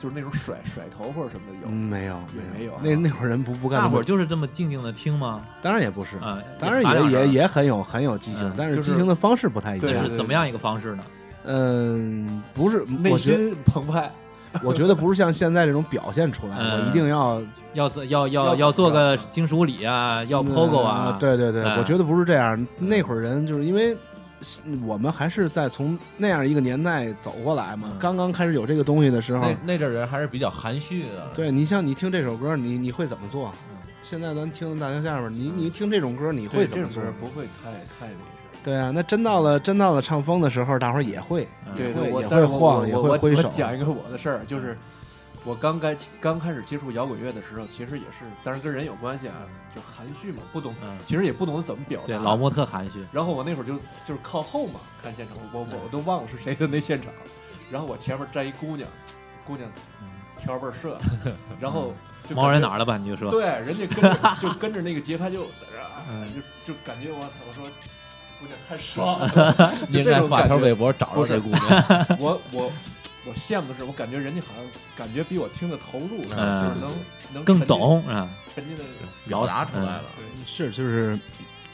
B: 就是那种甩甩头或者什么的有。
D: 嗯没有
B: 也没有啊
D: 那那会儿人不不
A: 嗯
D: 干
A: 大
D: 那么，
A: 伙儿就是这么静静的听吗？
D: 当然也不是，
A: 啊，
D: 当然
A: 喊两
D: 也也
A: 声
D: 也很有很有激情
A: 嗯，
D: 但是
B: 就是
D: 激情的方式不太一
B: 对
A: 那
D: 样
A: 是。怎么样一个方式呢？
D: 嗯，不是，
B: 内
D: 我觉得
B: 心澎湃，
D: 我觉得不是像现在这种表现出来，
A: 嗯
D: 我一定要
A: 要怎要
B: 要
A: 要
B: 怎么
A: 要做个
B: 着
A: 金属礼啊，要
D: 嗯
A: POGO 啊，
D: 对对对，
A: 哎
D: 我觉得不是这样。那会儿人就是因为我们还是在从那样一个年代走过来嘛，
A: 嗯
D: 刚刚开始有这个东西的时候
C: 那，那阵儿人还是比较含蓄的，
D: 对你像你听这首歌，你你会怎么做？现在咱听大桥下边，你你听这种歌，你
B: 你
D: 会怎
B: 这
D: 么
B: 种
D: 做？
B: 歌不会太太那
D: 对啊，那真到了真到了唱风的时候，大伙儿也会，
A: 嗯
B: 个。对
D: 会
B: 对，我
D: 也
B: 但是
D: 会
B: 我
D: 晃
B: 我
D: 也
B: 我
D: 会
B: 我
D: 挥手
B: 我讲一个我的事儿，就是我刚开刚开始接触摇滚乐的时候，其实也是，当然跟人有关系啊，就含蓄嘛，不懂，
A: 嗯，
B: 其实也不懂得怎么表达。
A: 对，老莫特含蓄，
B: 然后我那会儿就就是靠后嘛看现场，我
D: 嗯
B: 我我都忘了是谁的那现场，然后我前面站一姑娘，姑娘
D: 嗯
B: 条倍儿 顺，然后就
A: 毛
B: 感
A: 人
B: 觉
A: 哪儿了吧？你就说，
B: 对，人家跟着就跟着那个节拍就在这儿啊
A: 嗯，
B: 就就感觉我操我说姑娘太爽了，
C: 你
B: 就
C: 应
B: 这
C: 该
B: 种
C: 发条
B: 感觉
C: 微博找
B: 不
C: 着
B: 是
C: 这姑娘。
B: 我我我羡慕的是，我感觉人家好像感觉比我听的投入似的，
A: 嗯
B: 就是能能
A: 更
B: 沉浸
A: 懂啊，
B: 沉浸的
C: 表达出来了，
B: 对
D: 是，就是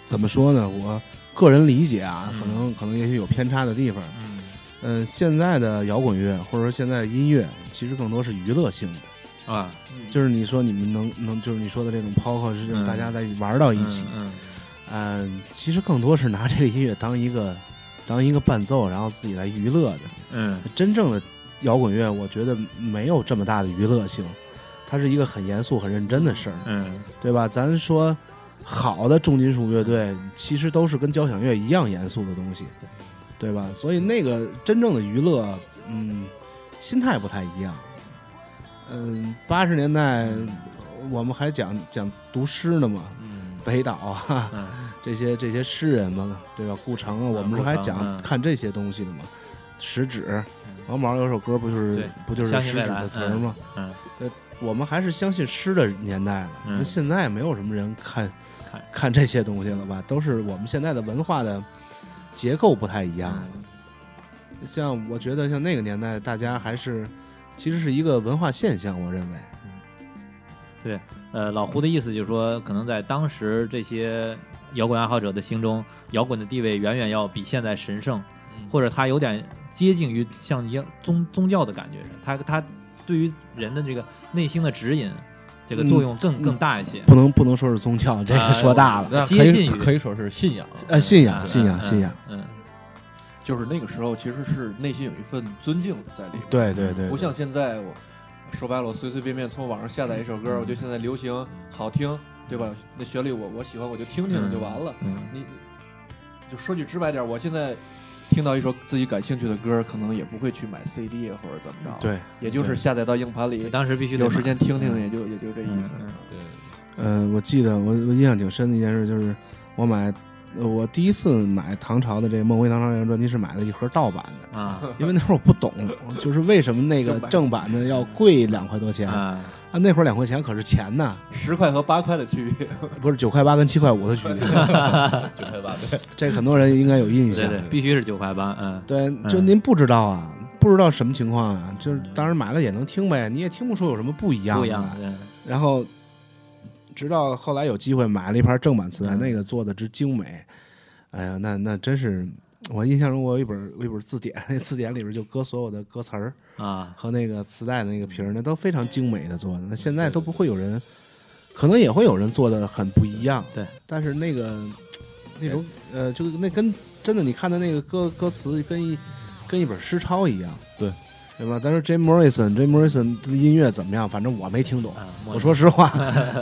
D: 怎么说呢？我个人理解啊，
A: 嗯
D: 可能可能也许有偏差的地方。
A: 嗯，
D: 嗯、现在的摇滚乐或者说现在的音乐，其实更多是娱乐性的，
A: 嗯啊，
B: 嗯
D: 就是你说你们能能，就是你说的这种 POCO 是这种
A: 嗯
D: 大家在玩到一起，
A: 嗯，
D: 嗯、其实更多是拿这个音乐当一个当一个伴奏，然后自己来娱乐的。
A: 嗯
D: 真正的摇滚乐，我觉得没有这么大的娱乐性，它是一个很严肃、很认真的事儿。
A: 嗯
D: 对吧？咱说好的重金属乐队，其实都是跟交响乐一样严肃的东西，对吧？所以那个真正的娱乐，嗯，心态不太一样。嗯，八十年代我们还讲讲读诗呢嘛，
A: 嗯
D: 北岛啊
A: 嗯，
D: 这些这些诗人嘛，对吧？顾城啊，我们是还
A: 顾城
D: 讲
A: 嗯
D: 看这些东西的嘛。食指，王毛有首歌不就是
A: 对
D: 不就是
A: 相信
D: 食
A: 未
D: 指
A: 来
D: 的词儿吗？
A: 嗯
D: 我们还是相信诗的年代了，
A: 嗯
D: 那、现在没有什么人看
A: 看
D: 看这些东西了吧？都是我们现在的文化的结构不太一样。
A: 嗯
D: 像我觉得，像那个年代，大家还是其实是一个文化现象，我认为。
A: 呃，老胡的意思就是说，可能在当时这些摇滚爱好者的心中，摇滚的地位远远要比现在神圣，或者它有点接近于像一样宗宗教的感觉似的，它它对于人的这个内心的指引，这个作用更、
D: 嗯
A: 更大一些。
D: 不能不能说是宗教，这
A: 啊
D: 个说大了。
C: 嗯那可
A: 接近
C: 以
A: 于
C: 可以说是信仰，
D: 呃，信
A: 嗯
D: 仰，信仰，
A: 嗯
D: 信仰。
A: 嗯，
B: 就是那个时候其实是内心有一份尊敬在里面，
D: 对对对，
B: 不像现在我说白了，我随随便便从网上下载一首歌，我觉得现在流行好听，对吧？那旋律我我喜欢我就听听就完了，
A: 嗯
B: 你就说句直白点儿，我现在听到一首自己感兴趣的歌，可能也不会去买 CD 或者怎么着，，
D: 对，
B: 也就是下载到硬盘里，
A: 当时必须得
B: 有时
A: 买
B: 间听听，
A: 嗯
B: 也就也就这意思。
A: 嗯
C: 对，
D: 呃，我记得我我印象挺深的一件事就是，我买呃我第一次买唐朝的这个《梦回唐朝》这张专辑是买了一盒盗版的。
A: 啊
D: 因为那会儿我不懂，就是为什么那个
B: 正版
D: 正版的要贵两块多钱啊？
A: 啊，
D: 那会儿两块钱可是钱呐，
B: 十块和八块的区别，
A: 嗯
D: 不是九块八跟七块五的区别，
C: 九块八，
D: 这很多人应该有印
A: 对
D: 象。
A: 对，必须是九块八，嗯
D: 对就您不知道啊，不知道什么情况啊，就是当时买了也能听呗，你也听不出有什么不一样。啊
A: 不一样，。对
D: 然后直到后来有机会买了一盘正版磁带，
A: 嗯
D: 那个做的之精美，哎呀，那那真是我印象中我有一本有一本字典， 那字典里边就搁所有的歌词儿
A: 啊，
D: 和那个磁带
A: 嗯
D: 那个皮儿，那都非常精美的做的。那现在都不会有人，可能也会有人做的很不一样，
A: 对，
D: 但是那个那种呃，就那跟真的你看的那个歌歌词跟一跟一本诗抄一样，
C: 对
D: 对吧？但是 Jim Morrison，Jim Morrison 的音乐怎么样？反正我没听懂，
A: 啊
D: 我说实话。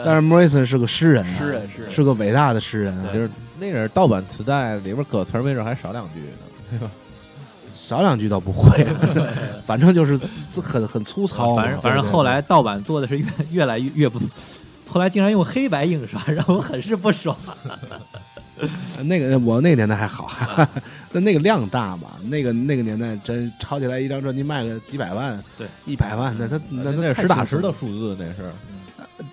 D: 但是 Morrison 是个诗人、啊，
B: 诗人诗人
D: 是个伟大的诗人、啊，
C: 就是那点盗版磁带里边歌词儿没准还少两句呢，
D: 少两句倒 不会，反正就是很很粗糙嘛。啊
A: 反正反正
D: 对
A: 后来盗版做的是越越来越越不，后来竟然用黑白印刷，让我很是不爽。
D: 呃那个我那个年代还好，
C: 啊
D: 那那个量大嘛，那个那个年代真炒起来一张专辑卖个几百万，
A: 对，
D: 一百万，那他那
C: 嗯那
D: 那
C: 那
D: 太
C: 实打
D: 轻
C: 实
D: 松
C: 的
D: 了，
C: 数字，那 是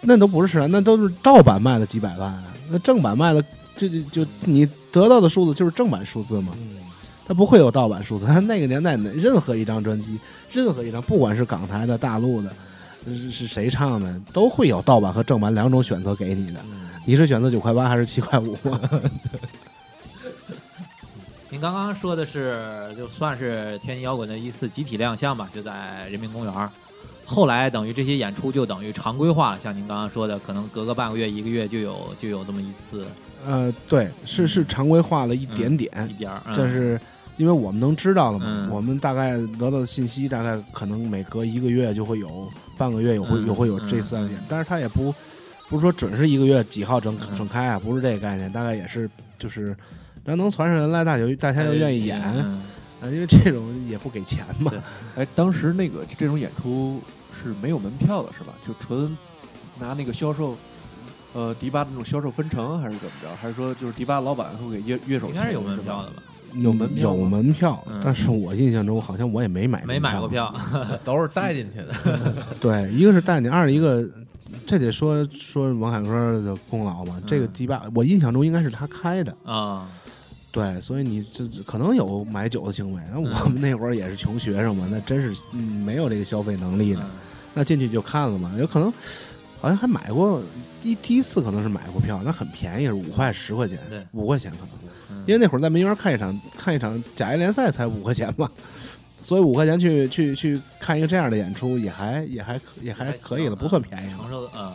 D: 那都不是实打，那都是盗版卖了几百万，那正版卖了就就就你得到的数字就是正版数字嘛，
C: 嗯
D: 它不会有盗版数字。它那个年代哪任何一张专辑，任何一张，不管是港台的、大陆的，是是谁唱的，都会有盗版和正版两种选择给你的。
C: 嗯
D: 你是选择九块八还是七块 五？
A: 您刚刚说的是，就算是天津摇滚的一次集体亮相吧，就在人民公园儿。后来等于这些演出就等于常规化了，像您刚刚说的，可能隔个半个月、一个月就有就有这么一次
D: 呃，对，是是常规化了一点点，
A: 一边儿。嗯
D: 但是因为我们能知道了嘛，
A: 嗯
D: 我们大概得到的信息大概可能每隔一个月就会有，半个月有会、
A: 嗯
D: 有会有
A: 嗯
D: 这次案件，
A: 嗯
D: 但是它也不不是说准是一个月几号整
A: 嗯
D: 整开啊，不是这个概念，大概也是就是。然后能传上人来，大家就大家就愿意演，
A: 嗯
D: 呃因为这种也不给钱嘛
A: 对。
B: 哎，当时那个这种演出是没有门票的，是吧？就纯拿那个销售，呃，迪吧那种销售分成，还是怎么着？还是说就是迪吧老板会给乐乐手
A: 应
B: 钱？
A: 该是有门票的
B: 是吧
A: 吧？
B: 有门票
D: 有
B: 吗
D: 门票，
A: 嗯
D: 但是我印象中好像我也没买
A: 没买过票，
C: 都是带进去 的。
D: 对，一个是带你，二一个这得说说王凯歌的功劳嘛。这个
A: 嗯
D: 迪吧，我印象中应该是他开的，
A: 啊，
D: 对，所以你这这可能有买酒的行为。那我
A: 嗯
D: 们那会儿也是穷学生嘛，那真是嗯没有这个消费能力的。
A: 嗯
D: 那进去就看了嘛，有可能好像还买过第第一次可能是买过票，那很便宜，是五块十块钱
A: 对，
D: 五块钱可能，
A: 嗯
D: 因为那会儿在门园看一场看一场甲 A 联赛才五块钱嘛，所以五块钱去去去看一个这样的演出也还也还可也还可以了，
A: 行
D: 不算便宜了
A: 承。受的，嗯，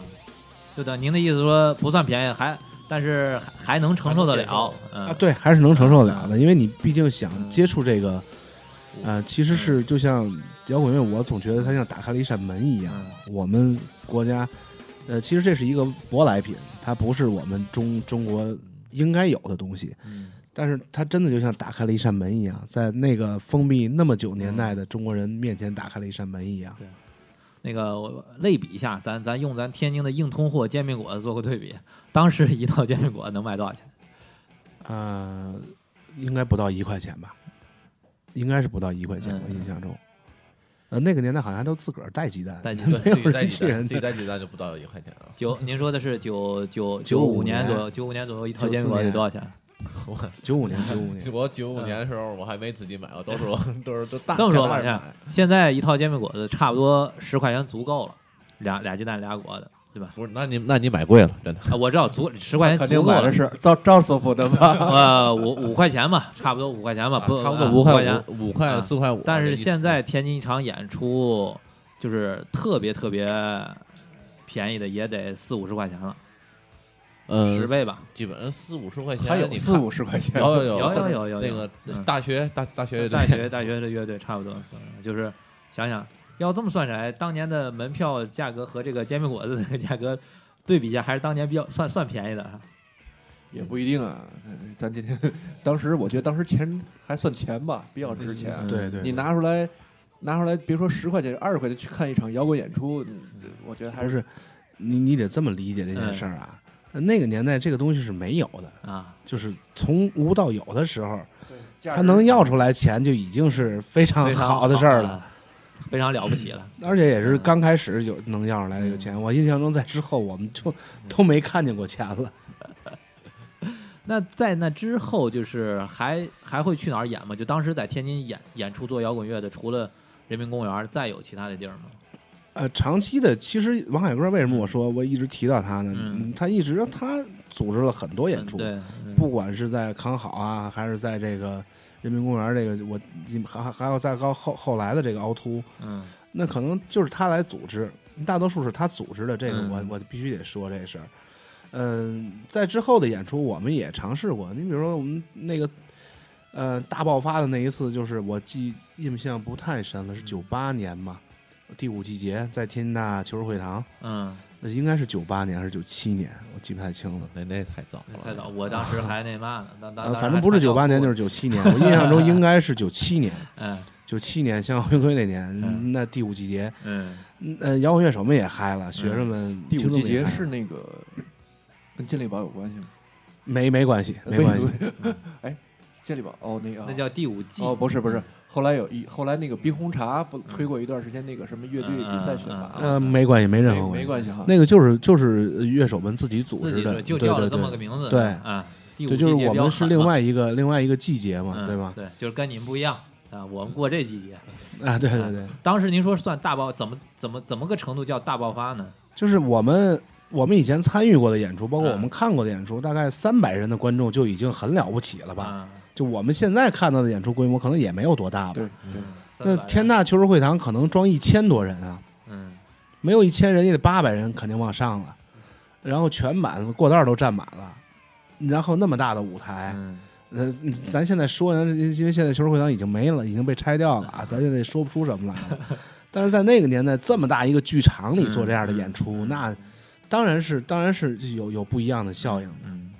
A: 就等您的意思说不算便宜，还但是还还能承受得了，嗯
D: 啊，，嗯对，还是能承受得了的，因为你毕竟想接触这个，呃，其实是就像摇滚乐，我总觉得它像打开了一扇门
A: 嗯
D: 一样。我们国家，呃，其实这是一个舶来品，它不是我们中中国应该有的东西，
A: 嗯，
D: 但是它真的就像打开了一扇门一样，在那个封闭那么久年代的中国人面前打开了一扇门一样。
A: 那个我类比一下，咱咱用咱天津的硬通货煎饼果子做个对比，当时一套煎饼果子能卖多少钱？
D: 呃，应该不到一块钱吧，应该是不到一块钱，
A: 嗯
D: 我印象中。呃，那个年代好像还都自个儿带鸡蛋，
A: 带鸡蛋
D: 没有
C: 带
D: 人
C: 鸡
D: 去
C: 蛋
D: 人
C: 自己带鸡蛋就不到一块钱啊！
A: 九，您说的是九九
D: 95
A: 五
D: 年
A: 左右，九五年左右一套煎饼
D: 94
A: 果子
D: 年
A: 多少钱？
D: 九五年， 九五年，
C: 我九五年的时候我还没自己买，我都 是我都是都大
A: 这么说吧
C: 大
A: 你
C: 人
A: 看
C: 买。
A: 现在一套煎饼果子差不多十块钱足够了，俩俩鸡蛋俩果子，对吧？
C: 不是，那你那你买贵了，真的。
A: 啊，我知道足十块钱
B: 肯
A: 足
B: 定
A: 够
B: 买
A: 了
B: 的，是照照收付的吧？
A: 呃，五五块钱嘛，差不多五块钱吧，不
C: 啊差不
A: 啊
C: 多
A: 五
C: 五
A: 块
C: 块
A: 钱。
C: 五五块
A: 啊
C: 四块五。
A: 但
C: 这
A: 是
C: 意思
A: 现在天津一场演出就是特别特别便宜的，也得四五十块钱了，十
C: 呃，
A: 倍吧。
C: 基本四五十块钱，
B: 还有
C: 你
B: 四
C: 看
B: 五十块钱，
C: 有
A: 有
C: 有
A: 有有有
C: 那
A: 有
C: 个
A: 嗯
C: 大学大大学乐队
A: 大 学大学的乐队差不多，嗯就是想想要这么算起来，当年的门票价格和这个煎饼果子的这个价格对比一下，还是当年比较算算便宜的啊。
B: 也不一定啊。嗯咱今天当时我觉得当时钱还算钱吧，比较值钱。
A: 嗯
D: 对对，
B: 你拿出来。拿出来，别说十块钱，二十块钱去看一场摇滚演出，嗯我觉得还
D: 不是你你得这么理解这件事儿啊。那个年代这个东西是没有的，
A: 啊，
D: 就是从无到有的时候，
B: 他
D: 他能要出来钱就已经是非常
A: 非常
D: 啊好的事儿了，
A: 了，非常了不起了。
D: 而且也是刚开始有能要出来这个钱。我印象中在之后我们就都没看见过钱了。
A: 那在那之后，就是还还会去哪儿演吗？就当时在天津演演出做摇滚乐的，除了人民公园，再有其他的地儿吗？
D: 呃，长期的，其实王凯歌为什么我说我一直提到他呢？
A: 嗯
D: 嗯他一直他组织了很多演
A: 嗯
D: 出，
A: 对，嗯
D: 不管是在康好啊，还是在这个人民公园这个，我你还还还有再高后后来的这个凹凸，
A: 嗯
D: 那可能就是他来组织，大多数是他组织的，这个我、
A: 嗯
D: 我必须得说这事儿。嗯，在之后的演出，我们也尝试过。你比如说，我们那个呃大爆发的那一次，就是我记印象不太深了，是九八年嘛，第五季节在天津大球会堂，
A: 嗯，
D: 那应该是九八年还是九七年，我记不太清了。
C: 那那太早了，
A: 嗯太早，我当时还那嘛呢，当当
D: 呃，反正不是九八年就是是九七年，我印象中应该是九七年。
A: 嗯
D: 九七年香港回归那年，
A: 嗯
D: 那第五季节，
A: 嗯
D: 嗯呃，摇滚乐手们也嗨了，学生们、
B: 第五
D: 听众
B: 季
D: 们也
B: 节
D: 嗨了
B: 是那个跟健力宝有关系吗？
D: 没没关系，没关系，
B: 系。 哎，健力宝哦，那个啊
A: 那叫第五季
B: 哦，不是不是，后来有一后来那个冰红茶不推过一段时间那个什么乐队比赛选拔
A: 嗯嗯嗯
B: 吗，
D: 呃，没关系，没任何
B: 没没
D: 系。
B: 关系哈。
D: 那个就是就是乐手们自己组
A: 自
D: 织
A: 己
D: 的，
A: 就
D: 对
A: 叫
D: 对
A: 了这么个
D: 对
A: 名字，
D: 对
A: 啊，第五
D: 对，就是
A: 季节
D: 我
A: 比较
D: 们是
A: 狠
D: 另
A: 嘛
D: 外一个另外一个季节嘛，
A: 嗯
D: 对吧？
A: 对，就是跟你们不一样啊，我们过这季节。
D: 啊，对对对，
A: 当时您说算大爆，怎么怎么怎么个程度叫大爆发呢？
D: 就是我们我们以前参与过的演出，包括
A: 嗯
D: 我们看过的演出，大概三百人的观众就已经很了不起了吧？
A: 啊，
D: 就我们现在看到的演出规模，可能也没有多大吧
B: 对。对，
A: 嗯
D: 那
A: 300
D: 天，大球术会堂可能装一千多人啊，
A: 嗯
D: 没有一千人也得八百人，肯定往上了。然后全满，过道儿都占满了。然后那么大的舞台，
A: 嗯，
D: 呃，咱现在说，因为现在球术会堂已经没了，已经被拆掉了
A: 嗯
D: 啊，咱现在说不出什么来了。但是在那个年代，这么大一个剧场里做这样的演出，
A: 嗯嗯
D: 那当然是当然是有有不一样的效应。
A: 嗯，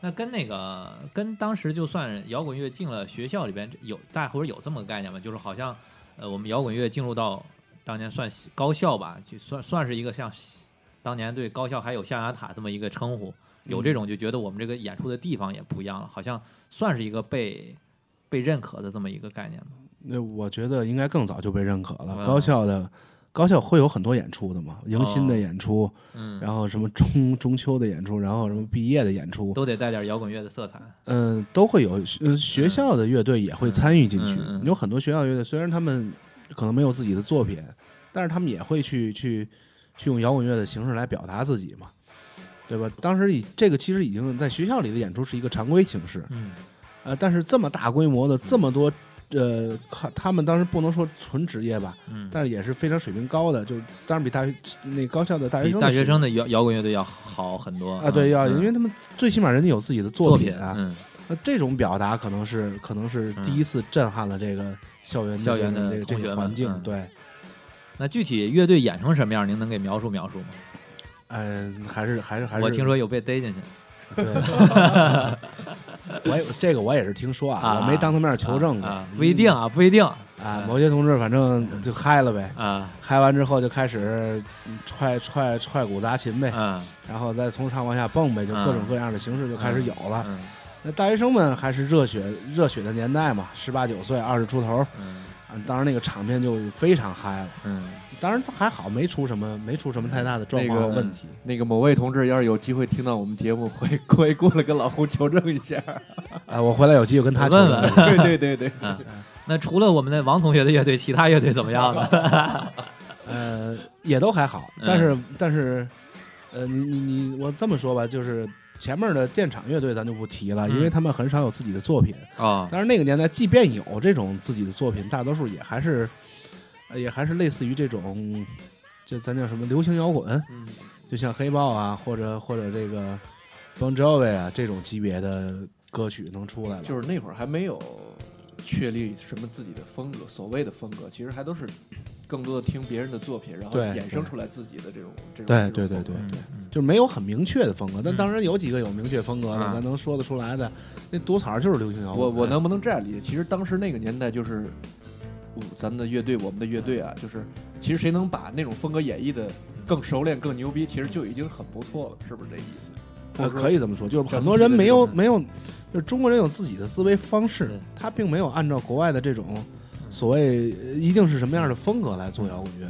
A: 那跟那个跟当时就算摇滚乐进了学校里边有大伙儿有这么个概念吗？就是好像呃，我们摇滚乐进入到当年算西高校吧，就算算是一个像西当年对高校还有象牙塔这么一个称呼，有这种就觉得我们这个演出的地方也不一样了，好像算是一个被被认可的这么一个概念吧。
D: 那我觉得应该更早就被认可了。
A: 嗯
D: 高校的高校会有很多演出的嘛，迎新的
A: 哦
D: 演出，
A: 嗯，
D: 然后什么中中秋的演出，然后什么毕业的演出，
A: 都得带点摇滚乐的色彩。
D: 嗯，都会有呃学校的乐队也会参与进去
A: 嗯嗯。嗯
D: 有很多学校乐队，虽然他们可能没有自己的作品，但是他们也会去去去用摇滚乐的形式来表达自己嘛，对吧？当时以这个其实已经在学校里的演出是一个常规形式，
A: 嗯
D: 呃，但是这么大规模的这么多。呃，看他们当时不能说纯职业吧，
A: 嗯，
D: 但是也是非常水平高的，就当然比大学那高校的大学
A: 比
D: 生的
A: 大
D: 水
A: 学
D: 平
A: 生的摇摇滚乐队要好很多
D: 啊，对，要、
A: 嗯
D: 因为他们最起码人家有自己的
A: 作
D: 品啊，
A: 嗯，
D: 那这种表达可能是可能是第一次震撼了这个校园的
A: 校园
D: 这
A: 的
D: 个这个这
A: 同学
D: 个
A: 们
D: 环境，
A: 嗯
D: 对，
A: 那具体乐队演成什么样，您能给描述描述吗？
D: 嗯、还是还是还是
A: 我听说有被逮进去
D: 对， 我也这个我也是听说啊，
A: 啊
D: 我没当他面求证过
A: 啊，不一定啊，不一定
D: 啊，某些同志反正就嗨了呗，
A: 啊，
D: 嗨完之后就开始嗯踹踹踹鼓砸琴呗，
A: 嗯
D: 然后再从上往下蹦呗，就各种
A: 嗯
D: 各样的形式就开始有了。
A: 嗯
D: 那大学生们还是热血热血的年代嘛，十八九岁二十出头，
A: 嗯
D: 啊当然那个场面就非常嗨了。
A: 嗯，
D: 当然还好，没出什么，没出什么太大的状况和嗯
B: 那个
D: 问题。
B: 那个某位同志要是有机会听到我们节目，会会过来跟老胡求证一 下。
D: 啊，我回来有机会跟他
A: 我问
D: 求证
A: 问
B: 对对对对，
A: 那除了我们的王同学的乐队，其他乐队怎么样呢？
D: 呃，也都还好，
A: 嗯
D: 但是、但是，呃，你你你，我这么说吧，就是前面的电场乐队咱就不提了，
A: 嗯
D: 因为他们很少有自己的作品。
A: 哦，
D: 但是那个年代，即便有这种自己的作品，大多数也还是，呃也还是类似于这种，就咱叫什么流行摇滚，
B: 嗯，
D: 就像黑豹啊，或者或者这个 Bon Jovi 啊这种级别的歌曲能出来了。
B: 就是那会儿还没有确立什么自己的风格，所谓的风格，其实还都是更多的听别人的作品，然后
D: 对
B: 衍生出来自己的这种这种。这
D: 对
B: 种
D: 对对
B: 风格
D: 对
A: 嗯
D: 对，
A: 嗯
D: 就是没有很明确的风格，但
A: 嗯
D: 当然有几个有明确风格的，
A: 啊
D: 咱能说得出来的。那毒草就是流行摇滚，
B: 我我能不能这样理解？其实当时那个年代就是，我咱们的乐队，我们的乐队啊，就是其实谁能把那种风格演绎的更熟练、更牛逼，其实就已经很不错了，是不是这意思？或
D: 呃
B: 者说
D: 可以这么说，就是
B: 整
D: 很多人
B: 体的
D: 没
B: 这
D: 有
B: 种
D: 没有，就是中国人有自己的思维方式
A: 对，嗯
D: 他并没有按照国外的这种所谓呃一定是什么样的风格来做摇滚乐。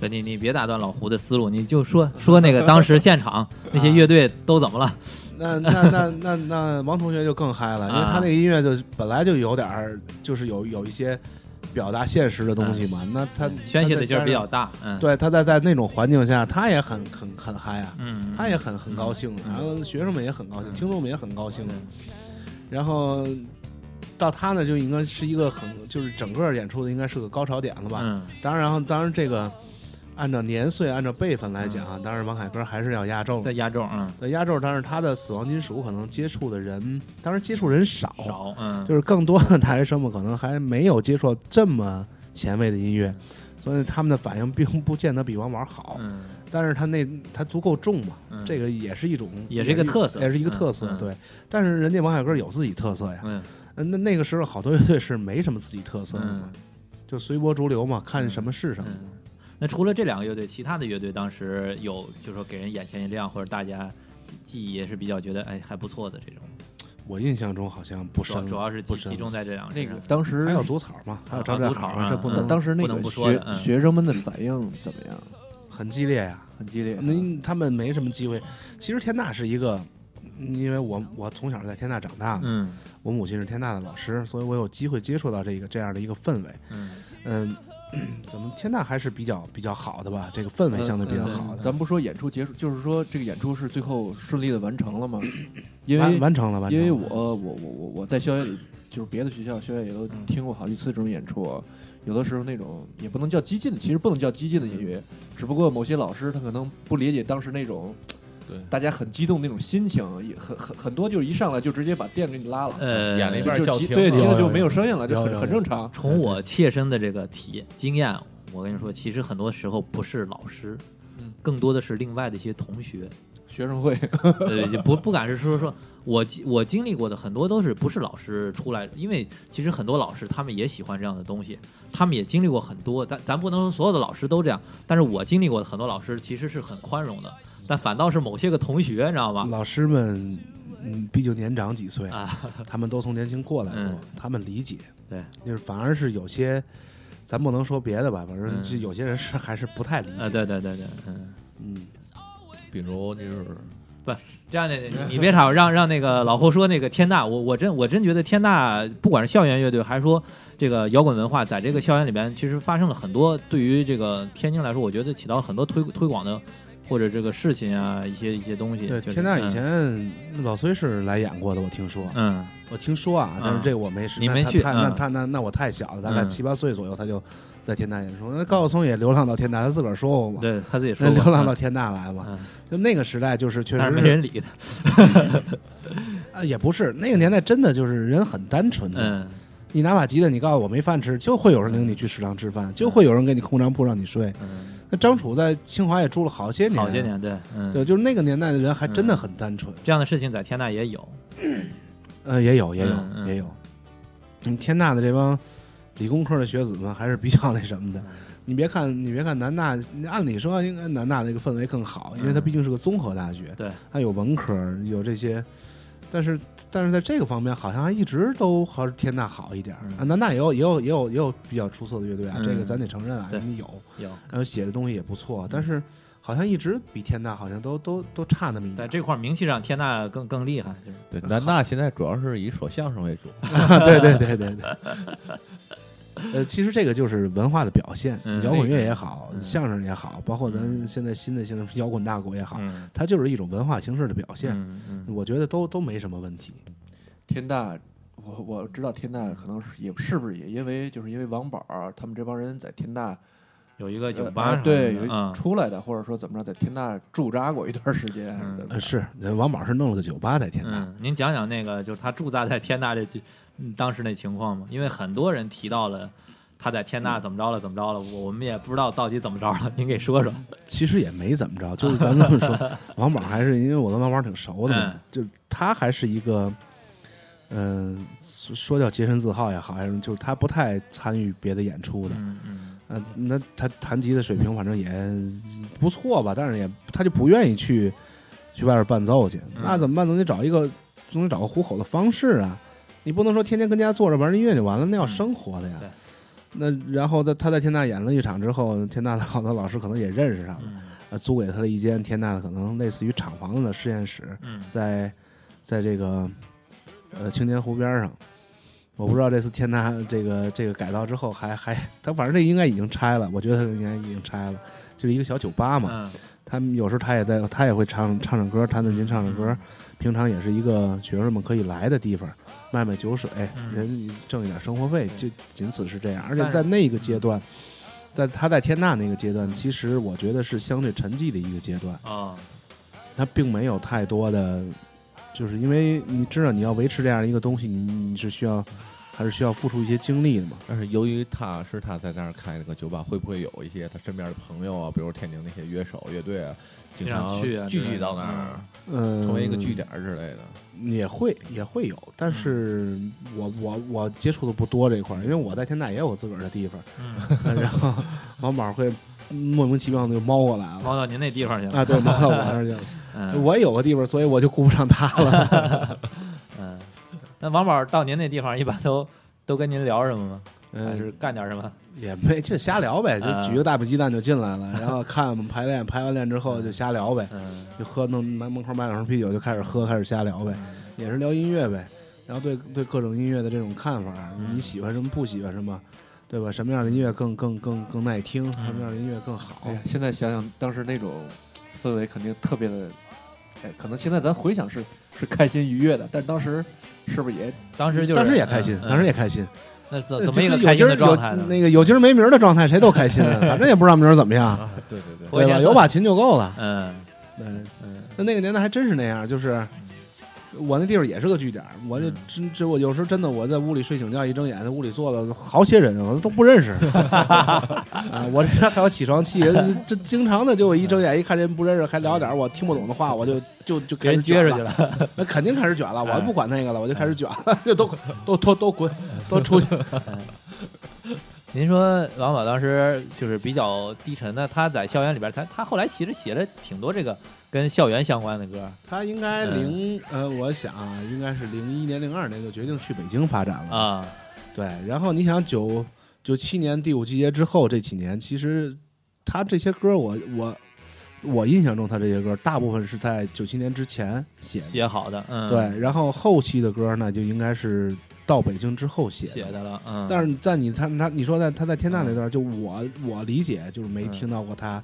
A: 对你你别打断老胡的思路，你就说 说那个当时现场那些乐队都怎么了？
D: 那那那那 那王同学就更嗨了，因为他
A: 啊
D: 那个音乐就本来就有点儿，就是有有一些表达现实的东西嘛，那他
A: 嗯宣泄的劲儿比。
D: 他再加
A: 较
D: 上
A: 大，嗯，，
D: 对，他在在那种环境下，他也很很很嗨啊。
A: 嗯，
D: 他也很很高兴，然后学生们也很高兴，
A: 嗯
D: 听众们也很高兴
A: 嗯，
D: 然后到他呢就应该是一个很就是整个演出的应该是个高潮点了吧。
A: 嗯
D: 当然后当然这个按照年岁按照辈分来讲啊，当然王凯歌还是要压轴的
A: 嗯在。压轴，嗯，
D: 那压轴，但是他的死亡金属可能接触的人，当然接触人少，
A: 少，嗯，
D: 就是更多的大学生们可能还没有接触这么前卫的音乐，所以他们的反应并不见得比王宝好，
A: 嗯，
D: 但是他那他足够重嘛，
A: 嗯
D: 这个也是一种，
A: 也是一个特色
D: 也是一个特色，
A: 嗯嗯
D: 对。但是人家王凯歌有自己特色呀，
A: 嗯
D: 呃那那个时候好多乐队是没什么自己特色的嘛，
A: 嗯
D: 就随波逐流嘛，看什么是什么。
A: 嗯。那除了这两个乐队，其他的乐队当时有，就是说给人眼前一亮，或者大家记记忆也是比较觉得哎还不错的这种，
D: 我印象中好像不
A: 主要
D: 深，
A: 主要是集
D: 不深
A: 集中在这两
B: 那
A: 身
B: 个
A: 上
B: 当时
D: 还有毒草嘛，还有
A: 啊
D: 张震
A: 毒草
D: 海嘛
A: 啊
D: 这不
A: 嗯
D: 能
B: 当时那
A: 不能
B: 个
A: 不说的
B: 学
A: 嗯
B: 学生们的反应怎么样？
D: 很激烈呀、
B: 很激
A: 嗯
B: 烈啊。
D: 您他们没什么机会。其实天大是一个，嗯因为我我从小在天大长大嘛，
A: 嗯
D: 我母亲是天大的老师，所以我有机会接触到这个这样的一个氛围。
A: 嗯
D: 嗯， 怎么天大还是比较比较好的吧？这个氛
A: 嗯
D: 围相对比较好的，
B: 咱不说演出结束，就是说这个演出是最后顺利的完成了吗？因
D: 完
B: 为
D: 完成了，完成
B: 因
D: 了。
B: 为我我我我我在校园里，就是别的学校校园也都听过好几次这种演出啊。有的时候那种也不能叫激进的，其实不能叫激进的音乐，
D: 嗯
B: 只不过某些老师他可能不理解当时那种
C: 对
B: 大家很激动那种心情，也很很很多就是一上来就直接把电给你拉了，
A: 呃，
C: 演了一
B: 就
C: 半
B: 就
C: 叫
B: 急
C: 停
B: 对
C: 了
B: 急了
D: 有
B: 就
D: 有
B: 没有声音了，就
D: 嗯有
B: 很
D: 有
B: 很
D: 有
B: 正常。
A: 从我切身的这个体验经验，我跟你说，其实很多时候不是老师
B: 嗯，
A: 更多的是另外的一些同学，
B: 学生会，
A: 呃，也不不敢是说说我经我经历过的很多都是不是老师出来，因为其实很多老师他们也喜欢这样的东西，他们也经历过很多，咱咱不能说所有的老师都这样，但是我经历过的很多老师其实是很宽容的，但反倒是某些个同学，你知道吗？
D: 老师们，嗯，毕竟年长几岁，
A: 啊，
D: 他们都从年轻过来过，
A: 嗯
D: 他们理解。
A: 对，
D: 就是反而是有些，咱不能说别的吧，反正
A: 嗯
D: 就有些人是还是不太理解。
A: 呃，对对对对，嗯，
D: 嗯，
C: 比如就是
A: 这样的你你别吵，让让那个老胡说那个天大，我我真我真觉得天大不管是校园乐队还是说这个摇滚文化，在这个校园里边其实发生了很多对于这个天津来说，我觉得起到了很多推推广的或者这个事情啊，一些一些东西。
D: 对，
A: 就是
D: 天大以前老崔是来演过的，我听说，
A: 嗯
D: 我听说啊
A: 嗯，
D: 但是这个我没时，
A: 你
D: 那
A: 没
D: 他
A: 去
D: 他
A: 嗯
D: 那他那那我太小了，大概
A: 嗯
D: 七八岁左右，他就在天大演出。那高晓松也流浪到天大，他自个儿说过
A: 嗯，
D: 嘛，
A: 对他自己说
D: 那
A: 过，
D: 流浪到
A: 嗯
D: 天大来嘛。
A: 嗯
D: 就那个时代，就是 确
A: 但是
D: 实
A: 没人理他。
D: 啊，也不是那个年代，真的就是人很单纯的。
A: 嗯，
D: 你拿把吉他，你告诉我没饭吃，就会有人领你去食堂吃饭，就会有人给你空张铺让你睡。
A: 嗯
D: 那张楚在清华也住了好些年，
A: 好些，年对，嗯，
D: 对，就是那个年代的人还真的很单纯。
A: 这样的事情在天大也有。
D: 嗯，也有，也有，
A: 嗯嗯
D: 也有。嗯，天大的这帮理工科的学子们还是比较那什么的
A: 嗯。
D: 你别看，你别看南大，按理说应该南大这个氛围更好，因为它
A: 嗯
D: 毕竟是个综合大学，
A: 对，
D: 它有文科，有这些。但是，但是在这个方面，好像还一直都还是天大好一点儿
A: 嗯
D: 啊。南大也有，也有，也有，也有比较出色的乐队啊，
A: 嗯
D: 这个咱得承认啊，
A: 对
D: 你有，
A: 有，嗯
D: 然后写的东西也不错，但是好像一直比天大好像都都都差那么一点
A: 在
D: 儿。
A: 这块儿名气上，天大更更厉害，就是
C: 对南大现在主要是以说相声为主，
D: 对对对对对。 呃，其实这个就是文化的表现，
A: 嗯
D: 摇滚
A: 那
D: 乐
A: 个
D: 也好，
A: 嗯
D: 相声也好，包括咱
A: 嗯
D: 现在新的形式摇滚大鼓也好，
A: 嗯，
D: 它就是一种文化形式的表现。
A: 嗯嗯
D: 我觉得都都没什么问题。
B: 天大，我我知道天大可能是也是不是也因为就是因为王宝儿他们这帮人在天大
A: 有一个
B: 呃
A: 酒
B: 啊
A: 吧什么的，
B: 对有
A: 嗯
B: 一出来的，或者说怎么着在天大驻扎过一段时间，还是怎么
D: 呃，
B: 着？
D: 是呃王宝是弄了个酒吧在天大，
A: 嗯，您讲讲那个，就是他驻扎在天大这，嗯当时那情况吗？因为很多人提到了他在天
D: 嗯
A: 大怎么着了，怎么着了，我我们也不知道到底怎么着了， 您给说说。
D: 其实也没怎么着，就是咱们这么 说，王宝还是因为我跟王宝挺熟的嘛
A: 嗯，
D: 就他还是一个，嗯、说说叫洁身自好也好，还是就是他不太参与别的演出的，
A: 嗯嗯
D: 嗯，那他弹吉的水平反正也不错吧，但是也他就不愿意去去外边伴奏去，
A: 嗯
D: 那怎么办？总得找一个总得找个糊口的方式啊！你不能说天天跟家坐着玩音乐就完了，那要生活的呀。
A: 嗯对
D: 那然后他他在天大演了一场之后，天大的好多老师可能也认识上了，
A: 嗯
D: 呃租给他了一间天大的可能类似于厂房的实验室，
A: 嗯
D: 在在这个呃青年湖边上。我不知道这次天大这个这个改造之后还还，他反正这应该已经拆了，我觉得他应该已经拆了，就是一个小酒吧嘛。
A: 嗯嗯
D: 他们有时候他也在，他也会唱唱唱歌，弹弹琴，唱唱歌，平常也是一个学生们可以来的地方，卖卖酒水，
A: 嗯
D: 人挣一点生活费，就仅此是这样。而且
A: 但是嗯
D: 在那个阶段，在他在天大那个阶段，其实我觉得是相对沉寂的一个阶段，
A: 啊，
D: 他并没有太多的，就是因为你知道你要维持这样一个东西，你你是需要还是需要付出一些精力的嘛。
C: 但是由于他是他在那儿开那个酒吧，会不会有一些他身边的朋友啊，比如天津那些乐手、乐队啊，经
A: 经常
C: 常
A: 去啊
C: 聚
A: 之类
C: 集
A: 的
C: 到那儿，
D: 嗯，
C: 呃成为一个据点嗯儿之类的？
D: 也会也会有，但是我我我接触的不多这一块儿，因为我在天大也有自个儿的地方，
A: 嗯，
D: 然后王宝会莫名其妙的就猫过来了
A: 猫到您那地方去了
D: 啊，对， 猫到我那儿去了。
A: 嗯
D: 我也有个地方，所以我就顾不上他了。
A: 嗯，那王宝到您那地方一般都都跟您聊什么吗？还
D: 嗯，
A: 是干点什么？
D: 也没就瞎聊呗，就
C: 嗯
A: 啊
D: 举个大饼鸡蛋就进来了，然后看我们排练，排完练之后就瞎聊呗，
A: 嗯，
D: 就喝弄门门口买两瓶啤酒就开始喝，开始瞎聊呗，也是聊音乐呗，然后对对各种音乐的这种看法，
A: 嗯
D: 你喜欢什么，不喜欢什么，对吧？什么样的音乐更更更更耐听，
A: 嗯
D: 什么样的音乐更好
B: 哎？呀，现在想想当时那种氛围，肯定特别的，哎，可能现在咱回想是是开心愉悦的，但当时是不是也
A: 当时就是
D: 当时也开心，
A: 嗯
D: 当时也开心，
A: 那怎
D: 呃
A: 怎么一
D: 就
A: 个
D: 跟
A: 开
D: 有
A: 心
D: 今
A: 的
D: 儿
A: 状态
D: 有
A: 呢？
D: 那个有今儿没明儿的状态，谁都开心 啊，反正也不知道明儿怎么样，
C: 啊，对对对，
A: 我
D: 对
A: 以
D: 吧？呃
A: 前
D: 有把琴就够了。
A: 嗯
D: 对，
A: 嗯
D: 那那个年代还真是那样，就是我那地方也是个据点儿，我就
A: 嗯
D: 真这我有时候真的我在屋里睡醒觉，一睁眼在屋里坐了好些人，我都不认识 啊。我这边还有起床气， 这经常的就我一睁眼一看人不认识，还聊点儿我听不懂的话，我就就就
A: 给
D: 开始
A: 人撅
D: 卷
A: 出去
D: 了，
A: 了，
D: 那肯定开始卷了，我不管那个了，我就开始卷了，就都都都都滚，都出去。
A: 您说王宝当时就是比较低沉的，他在校园里边，他他后来其实写了挺多这个跟校园相关的歌，
D: 他应该零呃，我想啊，应该是零一年零二年就决定去北京发展了。
A: 啊，
D: 对，然后你想九九七年第五季节之后这几年，其实他这些歌我，我我印象中他这些歌大部分是在九七年之前写的，
A: 写好的，嗯，
D: 对，然后后期的歌呢，就应该是到北京之后写的。
A: 写的了，嗯，
D: 但是在你他他你说在他在天大那
A: 嗯
D: 段，就我我理解就是没
A: 嗯
D: 听到过他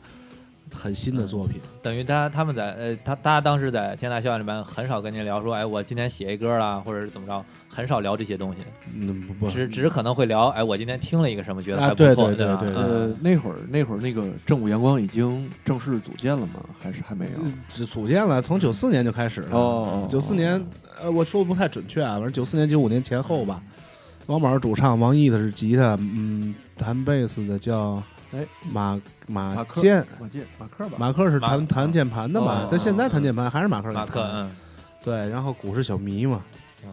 D: 很新的
A: 嗯
D: 作品，
A: 等于他他们在呃，他他当时在天大校园里面很少跟您聊说，哎，我今天写一歌啦，或者是怎么着，很少聊这些东西，
D: 嗯，不不，
A: 只只可能会聊，哎，我今天听了一个什么，觉得
D: 啊
A: 还不错，
D: 对对
A: 吧？
D: 对对
A: 嗯
B: 呃那会儿那会儿那个正午阳光已经正式组建了吗？还是还没有？
D: 只嗯组建了，从九四年就开始了。
B: 嗯哦
D: 九四年，呃，我说的不太准确啊，反正九四年、九五年前后
A: 嗯
D: 吧。王宝是主唱，王毅的是吉他，嗯，弹贝斯的叫
B: 哎
D: 马马
B: 马克
D: 健，
B: 马健马克吧，
D: 马克是
A: 马
D: 弹弹键盘的嘛
B: 哦，
D: 在现
B: 嗯
D: 在弹键盘还是马克给
A: 马
D: 弹
A: 克，嗯，
D: 对，然后鼓是小迷嘛，
A: 嗯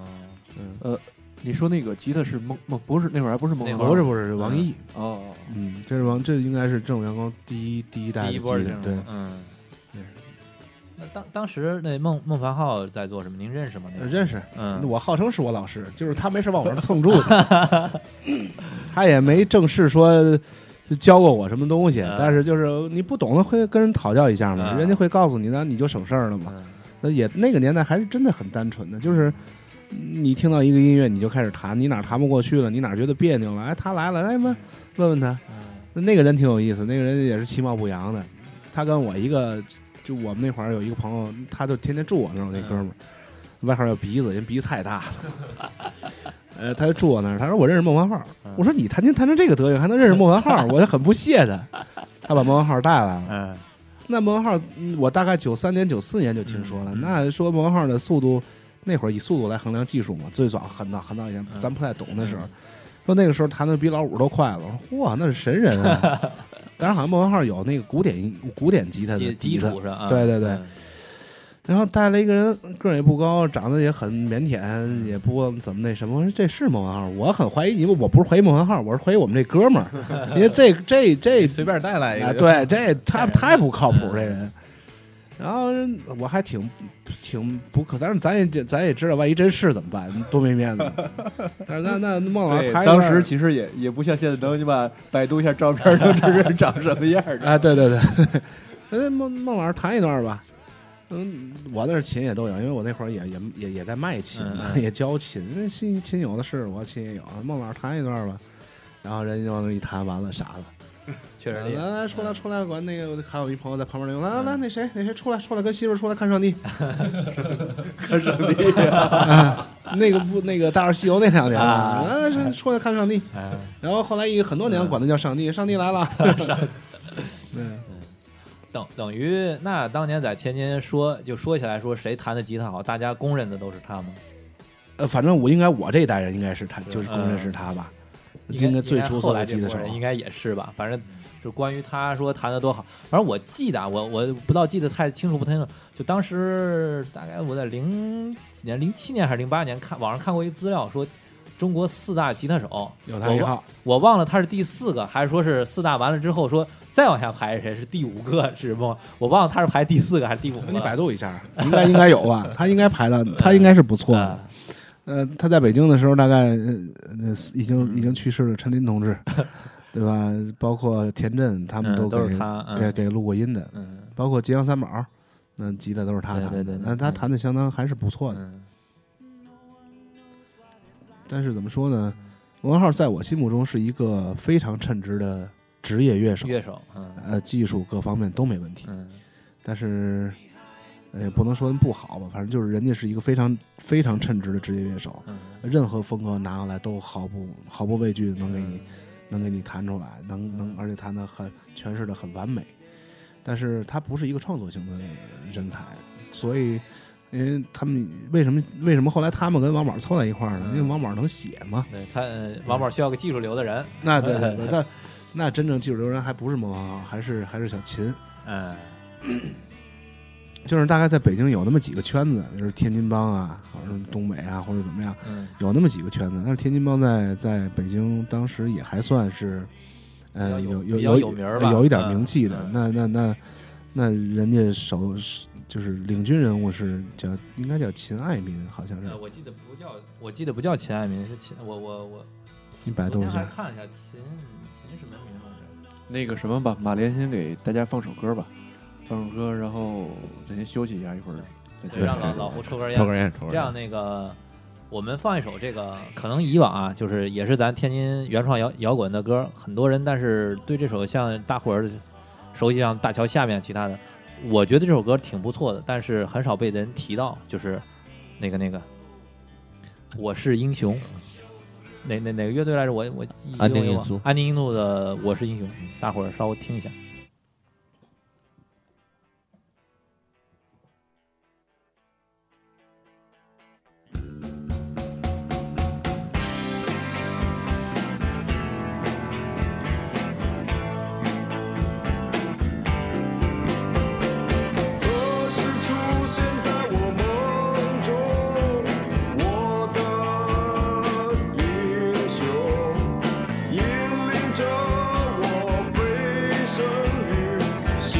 D: 嗯，
B: 你说那个吉他是孟孟不是那会儿还不是孟
A: 那会儿
B: 浩
D: 不是不是是王毅，
B: 哦哦，
D: 嗯，这是王，这应该是正午阳光第一第一代
A: 第一
D: 的吉
A: 波的这
D: 他，
A: 种，
D: 对，
A: 嗯
D: 对。
A: 那当当时那孟孟凡浩在做什么？您认识吗？那
D: 呃
A: 个
D: 认识，
A: 嗯，
D: 我号称是我老师，就是他没事往我这儿蹭住去，他也没正式说教过我什么东西，
A: 嗯
D: 但是就是你不懂的会跟人讨教一下嘛，
A: 嗯
D: 人家会告诉你，那你就省事儿了嘛。
A: 嗯
D: 那也那个年代还是真的很单纯的，就是你听到一个音乐你就开始弹，你哪儿弹不过去了，你哪儿觉得别扭了，哎，他来了，哎问问
A: 嗯
D: 问他，那个人挺有意思，那个人也是其貌不扬的，他跟我一个就我们那会儿有一个朋友，他就天天住我那儿，我那哥们儿、
A: 嗯
D: 外号叫鼻子，因为鼻子太大了。 呃，他就住我那儿，他说我认识孟凡浩，
A: 嗯
D: 我说你弹琴弹成这个德行，还能认识孟 凡浩，我就很不屑他。他把孟凡浩带来了，
A: 嗯
D: 那孟浩，嗯我大概九三年、九四年就听说了。
A: 嗯嗯
D: 那说孟浩的速度，那会儿以速度来衡量技术嘛，最早很早很早以前，
A: 嗯
D: 咱不太懂的时候，说那个时候弹的比老五都快了。我说嚯，那是神人 啊！当然，好像孟浩有那个古典音古典吉他的
A: 基基
D: 吉他
A: 础是啊，
D: 对对对
A: 嗯
D: 然后带了一个人，个儿也不高，长得也很腼腆，
C: 嗯
D: 也不怎么那什么。我说这是孟文浩，我很怀疑你，我不是怀疑孟文浩，我是怀疑我们这哥们 儿，因为这这这
C: 随便带来一
D: 啊，
C: 个，，哎
D: 对，这太
A: 人
D: 太不靠谱这人。然后我还挺挺不可，但是咱也咱也知道，万一真是怎么办？多没面 子。但是那那那孟老师
B: 对，
D: 排
B: 当
D: 着
B: 时其实也也不像现在能你把百度一下照片能知道长什么样 儿的
D: 啊，对对对， 那孟孟老师弹一段吧。嗯，我那儿琴也都有，因为我那会儿也也也也在卖琴嘛，
A: 嗯
D: 也教琴，那琴琴有的是，我琴也有。孟老师弹一段吧，然后人家往那一弹，完了傻了，
A: 确实
D: 来
A: 厉害。
D: 来来，出来出来！管那个，还有一朋友在旁边儿来来来来，那谁那谁出来出来，跟媳妇儿出来看上帝，
B: 看上帝啊，
D: 啊，那个不那个《大话西游》那两年
A: 啊
D: 来来来，出来看上帝。
A: 哎
D: 然后后来一很多年管他叫上帝，上帝来了。嗯，
A: 等等于那当年在天津说，就说起来说谁弹的吉他好，大家公认的都是他吗？
D: 呃，反正我应该我这一代人应该是他，就是
A: 嗯
D: 公认是他吧，
A: 应该
D: 应该最出色
A: 应该后来
D: 的
A: 这
D: 吉他
A: 波
D: 手。啊嗯
A: 人应该也是吧，反正就关于他说弹的多好，反正我记得啊，我我不到记得太清楚不太清楚，就当时大概我在零几年，零七年还是零八年看网上看过一资料说。中国四大吉他手，
D: 有他一号，
A: 我忘了他是第四个，还是说是四大完了之后说再往下排是谁是第五个是不？我忘了他是排第四个还是第五个
D: 你
A: 了。
D: 百度 一下，应该应该有吧？他应该排
A: 呃
D: 的，他应该是不错的
A: 啊。
D: 呃，他在北京的时候，大概呃呃已经已经去世了陈林 同志，对吧？包括田震，他们
A: 嗯
D: 给
A: 都是他，
D: 给
A: 嗯
D: 给录过音的，
A: 嗯
D: 包括吉阳三宝，那吉他都是他
A: 对
D: 弹
A: 对
D: 的
A: 对。对
D: 那他
A: 嗯
D: 弹的相当还是不错的。
A: 嗯
D: 但是怎么说呢？文浩在我心目中是一个非常称职的职业乐手，
A: 乐手，嗯
D: 呃，技术各方面都没问题。
A: 嗯
D: 但是，呃，也不能说人不好吧，反正就是人家是一个非常非常称职的职业乐手，
A: 嗯，
D: 任何风格拿过来都毫不毫不畏惧，能给
A: 嗯
D: 你能给你弹出来，能能，而且弹的很诠释的很完美。但是他不是一个创作型的人才，所以，因为他们为什么为什么后来他们跟王宝凑在一块儿呢？
A: 嗯
D: 因为王宝能写嘛，
A: 对他呃王宝需要个技术流的人，
D: 那对对对，但那真正技术流人还不是孟浩浩，还是还是小秦，
A: 嗯
D: 就是大概在北京有那么几个圈子，就是天津帮啊，或者是东北啊，或者怎么样，
A: 嗯
D: 有那么几个圈子。但是天津帮在在北京当时也还算是，呃，
A: 比较有
D: 有
A: 比较
D: 有
A: 有名儿吧
D: 有一点
A: 嗯
D: 名气的。
A: 嗯
D: 那那那那人家首就是领军人物是叫应该叫秦爱民，好像是
A: 呃，我记得不叫，我记得不叫秦爱民，是秦，我我我，
D: 你百
A: 昨天
D: 度一
A: 还
D: 下。
A: 看了一下秦秦什么名来着？
B: 那个什么吧，马连先给大家放首歌吧，放首歌，然后咱先休息一下，一会儿再
A: 对，
B: 接着
A: 让
B: 聊
A: 老老胡抽根
C: 抽
A: 烟，
C: 根烟，抽根烟。
A: 这样那个。我们放一首这个，可能以往啊，就是也是咱天津原创摇摇滚的歌，很多人但是对这首像大伙儿熟悉，像大桥下面其他的，我觉得这首歌挺不错的，但是很少被人提到，就是那个那个，我是英雄，哪哪哪个乐队来着？我我记
C: 安定
A: 我
C: 因
A: 忘
C: 素
A: 安定因素的《我是英雄》，大伙儿稍微听一下。
E: 何时出现在我梦中？我的英雄引领着我飞升，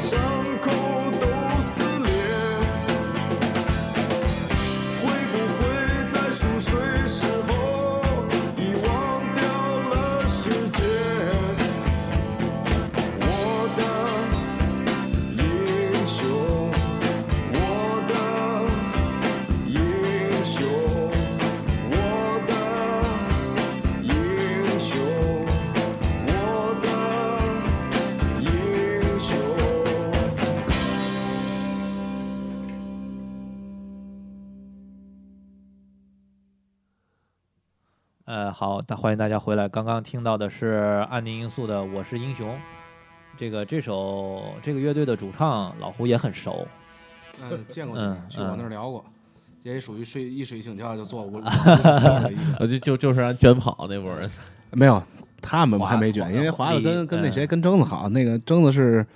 E: 伤口都撕裂。会不会在熟睡时候已忘掉了世界？我的英雄，我的英雄，我的英雄，我的英雄。
A: 呃，好，大欢迎大家回来。刚刚听到的是安宁音素的《我是英雄》，这个这首这个乐队的主唱老胡也很熟，
D: 嗯，见过
A: 嗯
D: 你，去我那儿
A: 嗯
D: 聊过，也属于睡一睡醒觉就坐 五五的一个，
C: 呃，就就就是按卷跑那 波人，
D: 没有，他们还没
A: 华
D: 卷，
A: 子
D: 因为华子
A: 李
D: 跟跟那谁
A: 嗯
D: 跟征子好，那个征子是，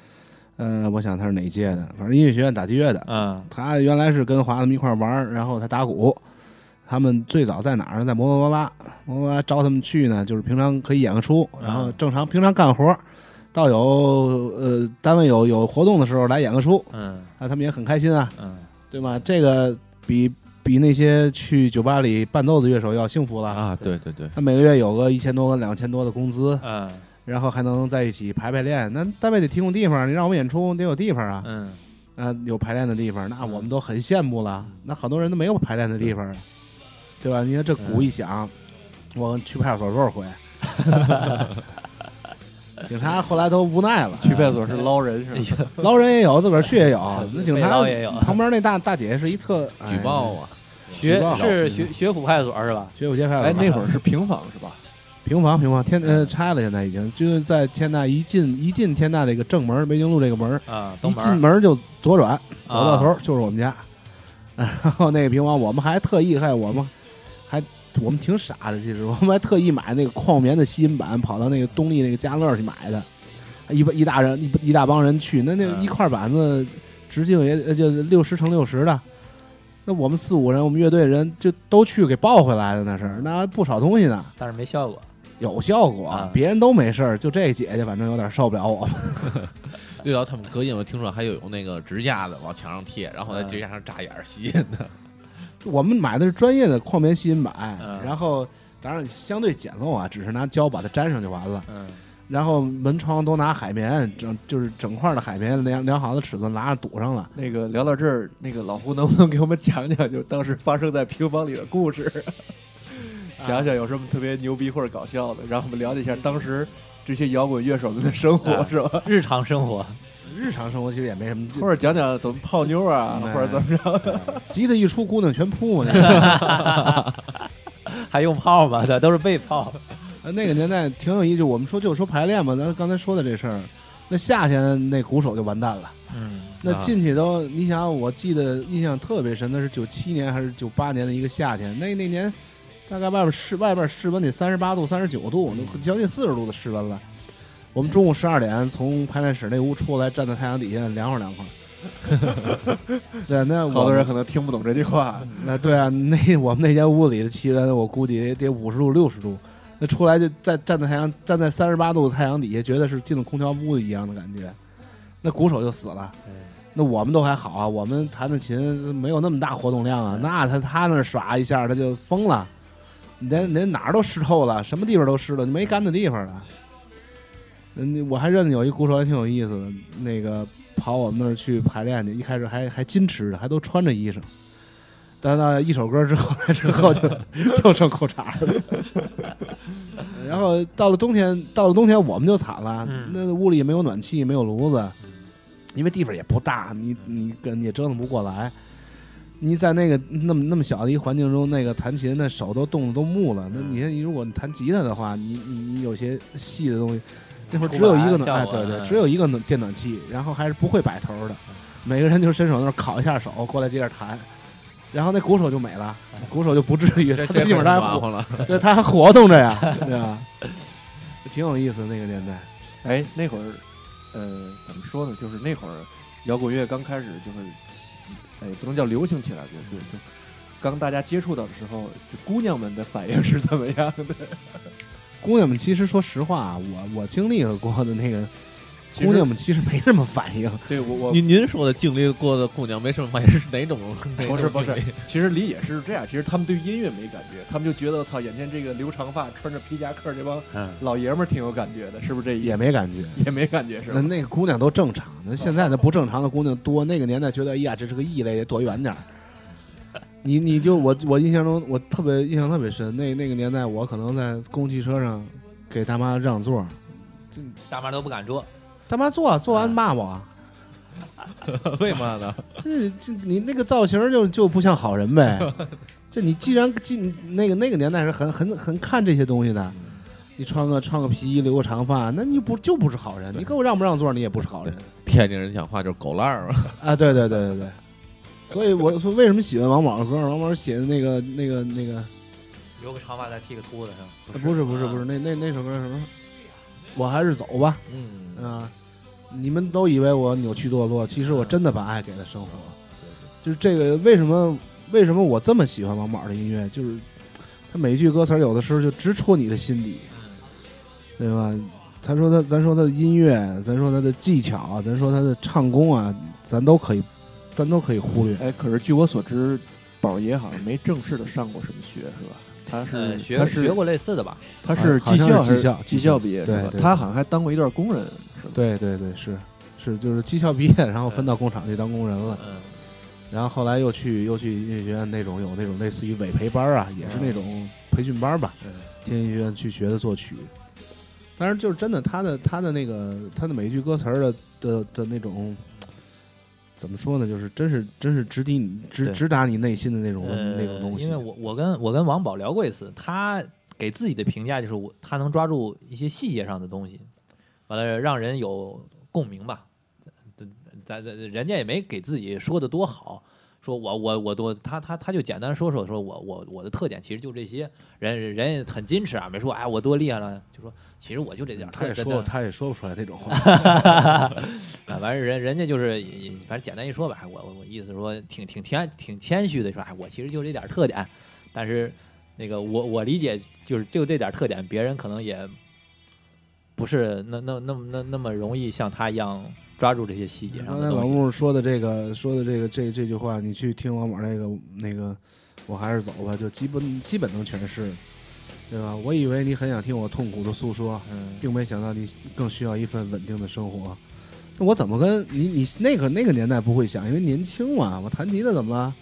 D: 呃，我想他是哪届的，反正音乐学院打击乐的，
A: 嗯
D: 他原来是跟华子们一块儿玩儿，然后他打鼓。他们最早在哪儿呢？在摩托罗拉，摩托罗拉招他们去呢，就是平常可以演个出，然后
A: 嗯
D: 正常平常干活儿，到有呃单位有有活动的时候来演个出，
A: 嗯
D: 啊，他们也很开心啊，
A: 嗯，
D: 对吗？这个比比那些去酒吧里伴奏的乐手要幸福了。
C: 啊，对对对，
D: 他每个月有个一千多、两千多的工资，
A: 嗯
D: 然后还能在一起排排练。那单位得提供地方，你让我们演出得有地方啊，
A: 嗯，
D: 啊，有排练的地方，那我们都很羡慕了。
A: 嗯
D: 那好多人都没有排练的地方，啊对吧？你看这鼓一响，我去派出所 多少回？警察后来都无奈了，
B: 去派出所是捞人
A: 哎
B: 是吧？
D: 捞人也有，自个儿去也有。啊那警
A: 被
D: 察
A: 捞也有
D: 旁边那大大姐是一特哎
C: 举报，啊，
A: 学
D: 举报
A: 是学学府派出所是吧？
D: 学府街派
B: 哎，
D: 出所
B: 那会儿是平房是吧？
D: 平房平房天呃拆了，现在已经就是在天大一进一进天大这个正门北京路这个门儿，
A: 啊，
D: 一
A: 东
D: 进
A: 门
D: 门儿就左转，走到头儿
A: 啊
D: 就是我们家。 然后那个平房，我们还特意还我们还我们挺傻的，其实我们还特意买那个矿棉的吸音板，跑到那个东丽那个家乐去买的，一一大人一一大帮人去，那那
A: 嗯
D: 一块板子直径也呃就六十乘六十的。那我们四五人，我们乐队人就都去给抱回来的，那是那不少东西呢。
A: 但是没效果，
D: 有效果，
A: 啊
D: 别人都没事儿，就这姐姐反正有点受不了我们。
C: 对，然后他们隔夜我听说还有用那个支架的往墙上贴，然后在支架上扎眼儿吸引的，
D: 我们买的是专业的矿棉吸音板，
A: 嗯
D: 然后当然相对简陋啊，只是拿胶把它粘上就完了。
A: 嗯
D: 然后门窗都拿海绵，整就是整块的海绵量量好的尺寸拿着堵上了。
B: 那个聊到这儿，那个老胡能不能给我们讲讲，就当时发生在平房里的故事？ 想想有什么特别牛逼或者搞笑的，让我们了解一下当时这些摇滚乐手们的生活，
D: 啊
B: 是
D: 呃
B: 吧？
A: 日常生活，
D: 日常生活其实也没什么，
B: 或者讲讲怎么泡妞啊，
D: 嗯
B: 或者怎么着？
D: 吉他一出，姑娘全扑嘛。那
A: 还用泡吗？ 对，都是被泡，
D: 嗯个那个年代挺有意思，我们说就说排练嘛，咱刚才说的这事儿，那夏天那鼓手就完蛋了。
A: 嗯
D: 那
C: 啊
D: 进去都，你想，我记得印象特别深，那是九七年还是九八年的一个夏天，那那年大概外边室外边室温得三十八度、三十九度，那将近四十度的室温了。我们中午十二点从排练室那屋出来，站在太阳底下凉快凉快。 对，那我
B: 好多人可能听不懂这句话，
D: 那对啊，那我们那间屋里的气温，我估计得得五十度、六十度。那出来就在站在太阳站在三十八度的太阳底下，觉得是进了空调屋一样的感觉。那鼓手就死了。那我们都还好啊，我们弹的琴没有那么大活动量啊。那他他那儿耍一下，他就疯了，连连哪儿都湿透了，什么地方都湿了，没干的地方了。嗯，我还认得有一鼓手还挺有意思的，那个跑我们那儿去排练去，一开始还还矜持的，还都穿着衣裳。但到一首歌之后， 之后就就剩裤衩儿了。 然后到了冬天，到了冬天我们就惨了，
A: 嗯
D: 那屋里也没有暖气，没有炉子，因为地方也不大，你你跟也折腾不过来。你在那个那么那么小的一环境中，那个弹琴那手都冻得都木了。那你看，你如果你弹吉他的话，你你你有些细的东西，那会儿只有一个
A: 出不
D: 暖，
A: 来
D: 哎，
A: 效果
D: 对对，
A: 嗯
D: 只有一个暖电暖器，然后还是不会摆头的，每个人就伸手那儿烤一下手，过来接着弹。然后那鼓手就没了，鼓手就不至于，
C: 这
D: 他
C: 这
D: 基本上还
C: 麻
D: 活，
C: 烦了，
D: 对，他还活动着呀，对吧？ 挺有意思那个年代，
B: 哎，那会儿，呃，怎么说呢？就是那会儿摇滚乐刚开始，就是，哎，不能叫流行起来，就就就刚大家接触到的时候，就姑娘们的反应是怎么样的？
D: 啊姑娘们其实说实话，我我经历过的那个
B: 其
D: 姑
B: 实
D: 娘们其实没什么反应，
B: 对我我
C: 您您说的经历过的姑娘没什么反应是哪种？哪种
B: 不是不是
C: 经历，
B: 其实理解是这样，其实他们对音乐没感觉，他们就觉得操，眼前这个留长发、穿着皮夹克这帮
D: 嗯，
B: 老爷们儿挺有感觉的，是不是这意思？
D: 也没感觉。
B: 也没感觉是
D: 那
B: 吧？
D: 那个姑娘都正常，那现在的不正常的姑娘多。那个年代觉得，哎呀，这是个异类，躲远点儿。你你就我我印象中，我特别印象特别深。那那个年代，我可能在公汽车上给大妈让座，
A: 大妈都不敢说，
D: 大妈坐坐
A: 嗯
D: 完骂我，
C: 为嘛 呢？
D: 这这你那个造型就就不像好人 呗。这你既然进那个那个年代是很很很看这些东西
B: 嗯
D: 的，你穿个穿个皮衣留个长发，那你不就不是好人？你给我让不让座，你也不是好人
C: 天津人讲话就是狗烂儿嘛。
D: 啊！对对对对对，所以我说为什么喜欢王宝的歌？王宝写的那个那个那个，
A: 留个长发再剃个秃子是吧？
D: 呃不是不是不是，，那那那首歌什么？啊我还是走吧
C: 嗯，
D: 啊！你们都以为我扭曲堕落，其实我真的把爱给了生活。就是这个为什么为什么我这么喜欢王宝的音乐，就是他每一句歌词儿有的时候就直戳你的心底，对吧？他说他，咱说他的音乐，咱说他的技巧啊，咱说他的唱功啊，咱都可以，咱都可以忽略。
B: 哎，可是据我所知，宝爷好像没正式的上过什么学是吧？他是、
A: 呃，学
B: 他
A: 学
B: 是
A: 过类似的吧？
B: 他是
D: 好
B: 技
D: 像
B: 校
D: 是技
B: 是
D: 校
B: 技校毕业是
D: 对
B: 吧？
D: 对
B: 他好像还当过一段工人是吧？
D: 对对对，是是，就是技校毕业，然后分到工厂去当工人了，
A: 嗯，
D: 然后后来又去又去音乐学院那种有那种类似于委培班儿啊，也是那种培训班儿吧，天音乐院去学的作曲。当然，就是真的，他的他的那个他的每一句歌词儿的的的那种，怎么说呢？就是真是真是直抵你直
A: 对
D: 直达你内心的那种、那种
A: 呃
D: 东西。
A: 因为我我跟我跟王宝聊过一次，他给自己的评价就是我他能抓住一些细节上的东西，完了让人有共鸣吧。咱咱咱人家也没给自己说的多好，说我我我多他他他就简单说说说我我我的特点其实就这些，人人也很矜持啊，没说哎我多厉害了，就说其实我就这点儿。
D: 嗯他也
A: 这
D: 说
A: 这
D: 他也说不出来那 种话。
A: 啊，完事人人家就是也反正简单一说吧，哎我我我意思说挺挺谦挺谦虚的说，哎，我其实就这点儿特点，但是那个我我理解就是就这点儿特点，别人可能也不是那那那么那那么容易像他一样抓住这些细节上
D: 刚
A: 的
D: 才嗯老
A: 东西。
D: 穆说的这个说的这个这这句话，你去听王宝那个那个，我还是走吧，就基本基本能诠释，对吧？我以为你很想听我痛苦的诉说，
A: 嗯，
D: 并没想到你更需要一份稳定的生活。那我怎么跟你你那个那个年代不会想，因为年轻嘛，我弹吉他怎么了？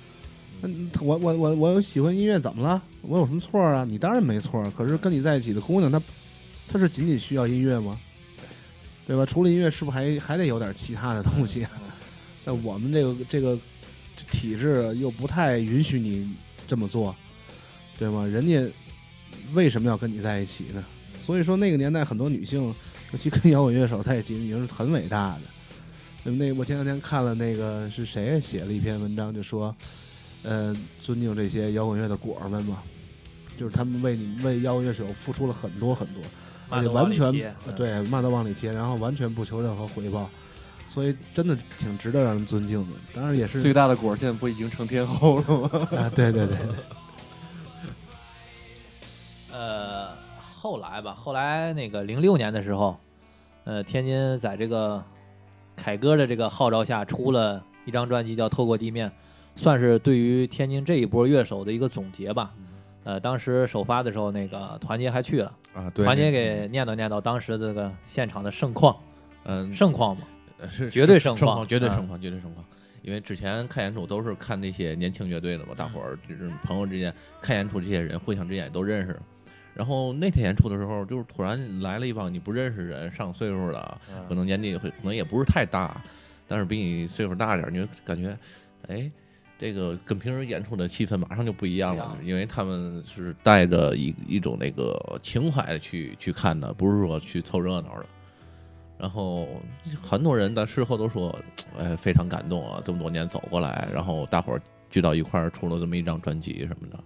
D: 那你我我我我喜欢音乐怎么了？我有什么错啊？你当然没错，可是跟你在一起的姑娘，她她是仅仅需要音乐吗？对吧？除了音乐，是不是还还得有点其他的东西啊？ 那我们这个这个体制又不太允许你这么做，对吗？人家为什么要跟你在一起呢？所以说那个年代很多女性，尤其跟摇滚乐手在一起，已经是很伟大的。那么那我前两天看了那个是谁啊写了一篇文章，就说，呃，尊敬这些摇滚乐的果儿们嘛，就是他们为你为摇滚乐手付出了很多很多，而
A: 骂
D: 且
A: 都
D: 完
A: 往里
D: 全
A: 贴
D: 呃，对骂都往里贴，然后完全不求任何回报，所以真的挺值得让人尊敬的。当然也是
B: 最大的果儿现在不已经成天后了 吗？
D: 啊，对对对，
A: 呃，后来吧，后来那个零六年的时候，呃，天津在这个凯歌的这个号召下，出了一张专辑叫《透过地面》，算是对于天津这一波乐手的一个总结吧。
C: 嗯
A: 呃，当时首发的时候，那个团结还去了，
C: 啊，对，
A: 团结给念叨念叨当时这个现场的盛况，
C: 嗯
A: 盛况嘛，
C: 呃是
A: 绝对
C: 盛
A: 盛
C: 况，
A: 况
C: 绝对
A: 嗯
C: 盛况，绝对盛况。因为之前看演出都是看那些年轻乐队的嘛，大伙儿就是朋友之间看演出，这些人互相之间也都认识。然后那天演出的时候，就是突然来了一帮你不认识人，上岁数了，可能年纪会可能也不是太大，但是比你岁数大点儿，你就感觉，哎，这个跟平时演出的气氛马上就不一样了
A: 不，
C: 因为他们是带着一一种那个情怀去去看的，不是说去凑热闹的。然后很多人在事后都说，哎，非常感动啊，这么多年走过来，然后大伙儿聚到一块儿，出了这么一张专辑什么的，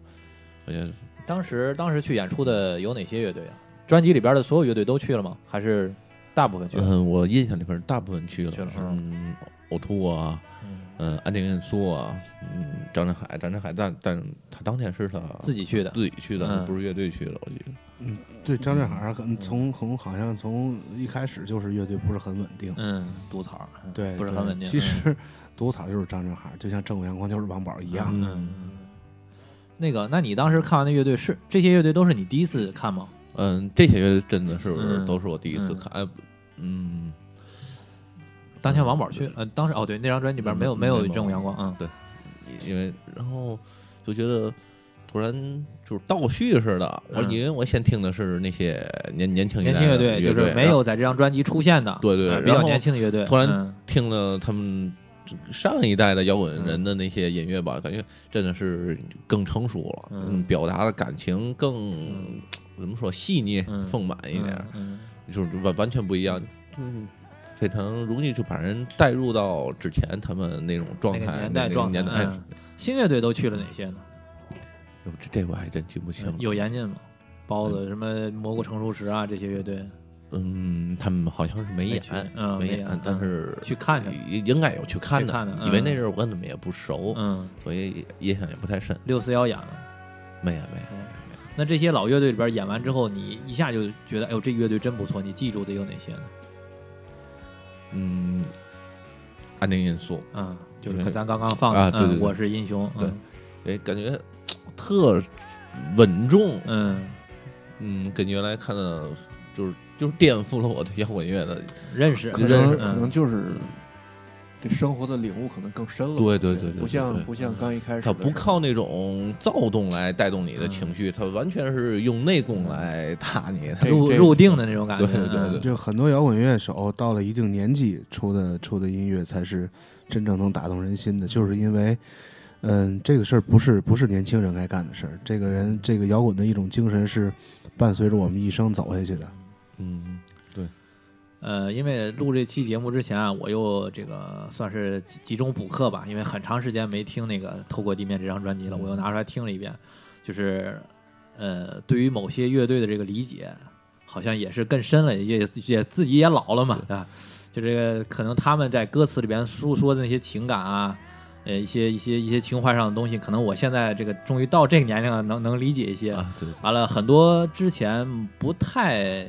C: 我觉得
A: 当时当时去演出的有哪些乐队啊？专辑里边的所有乐队都去了吗？还是大部分去了？
C: 嗯，我印象里边大部分去了，
A: 去了
C: 嗯，呕吐啊，
A: 嗯
C: 嗯，安定运输啊，嗯，张振海，张振海，但但他当天是他
A: 自己去的
C: 自己去的，
A: 嗯
C: 不是乐队去的，我记得。
D: 嗯，对张振海可能从从好像从一开始就是乐队不是很稳定，
A: 嗯，毒草，嗯
D: 对，
A: 不是
D: 对
A: 很稳定。
D: 其
A: 嗯
D: 实毒草就是张振海，就像正午阳光就是王宝一样。
A: 嗯嗯，那个，那你当时看完那乐队是这些乐队都是你第一次看吗？
C: 嗯，这些乐队真的是
A: 嗯
C: 都是我第一次
A: 嗯
C: 看，哎，嗯，
A: 当天王宝去，呃，当时哦对，那张专辑里边没有没有正午阳光，嗯，
C: 因为然后就觉得突然就是倒叙似的，我
A: 嗯
C: 因为我先听的是那些年年轻一
A: 年
C: 代
A: 轻乐
C: 的
A: 队就是没
C: 然后
A: 有在这张专辑出现的，
C: 对对
A: 呃
C: 然
A: 比较
C: 后
A: 年轻的乐队，
C: 突然
A: 嗯
C: 听了他们上一代的摇滚人的那些音乐吧，感觉真的是更成熟了，
A: 嗯
C: 表达的感情更、怎么说细腻、
A: 嗯
C: 丰满一点，
A: 嗯
C: 就是完完全不一样，嗯，非常容易就把人带入到之前他们那种状态、
A: 那个年
C: 那
A: 代
C: 那个
A: 状态
C: 年代
A: 嗯新乐队都去了哪些呢？
C: 哟这这我还真记不清了。
A: 有严禁吗？包子什么蘑菇成熟时啊这些乐队
C: 嗯，他们好像是没
A: 没
C: 演
A: 去，嗯
C: 没
A: 没
C: 演
A: 演，
C: 但
A: 嗯
C: 是哎
A: 去看去了，
C: 应应该有去看
A: 去
C: 的，
A: 看的
C: 因为
A: 嗯
C: 那阵儿我跟他们也不熟，
A: 嗯，
C: 所以印象也不太深。
A: 六四幺演了。
C: 没演没演。
A: 那这些老乐队里边演完之后，你一下就觉得，哎呦，这乐队真不错。你记住的有哪些呢？
C: 嗯，安定因素，
A: 嗯，就
C: 对
A: 是咱刚刚放
C: 啊
A: 的，
C: 对对
A: 嗯
C: 对
A: 我是英雄，
C: 对哎，感觉特稳重，
A: 嗯，
C: 嗯，跟原来看的，就是就是颠覆了我对摇滚乐的，
A: 嗯认识，
B: 可
A: 认识
B: 能可能
A: 嗯
B: 就是对生活的领悟可能更深了。
C: 对
B: 我觉
C: 对
B: 得
C: 对对
B: 不
C: 对对
B: 像不像刚一开始的时
C: 它
B: 候，
C: 不靠那种躁动来带动你的情绪，它完全是用内功来打你，它
B: 这
A: 入
B: 这
A: 入定的那种感觉，
C: 对对对
A: 嗯
C: 对
D: 就很多摇滚乐手到了一定年纪出的出的音乐才是真正能打动人心的，就是因为，嗯，这个事儿不是不是年轻人该干的事儿，这个人这个摇滚的一种精神是伴随着我们一生走下去的。
C: 嗯，
A: 呃，因为录这期节目之前啊，我又这个算是集集中补课吧，因为很长时间没听那个《透过地面》这张专辑了，我又拿出来听了一遍，就是呃，对于某些乐队的这个理解，好像也是更深了，也也自己也老了嘛，对吧？就这个可能他们在歌词里边诉说的那些情感啊，呃，一些一些一些情怀上的东西，可能我现在这个终于到这个年龄了，能能理解一些。
C: 啊，对
D: 嗯
C: 对
A: 完了很多之前不太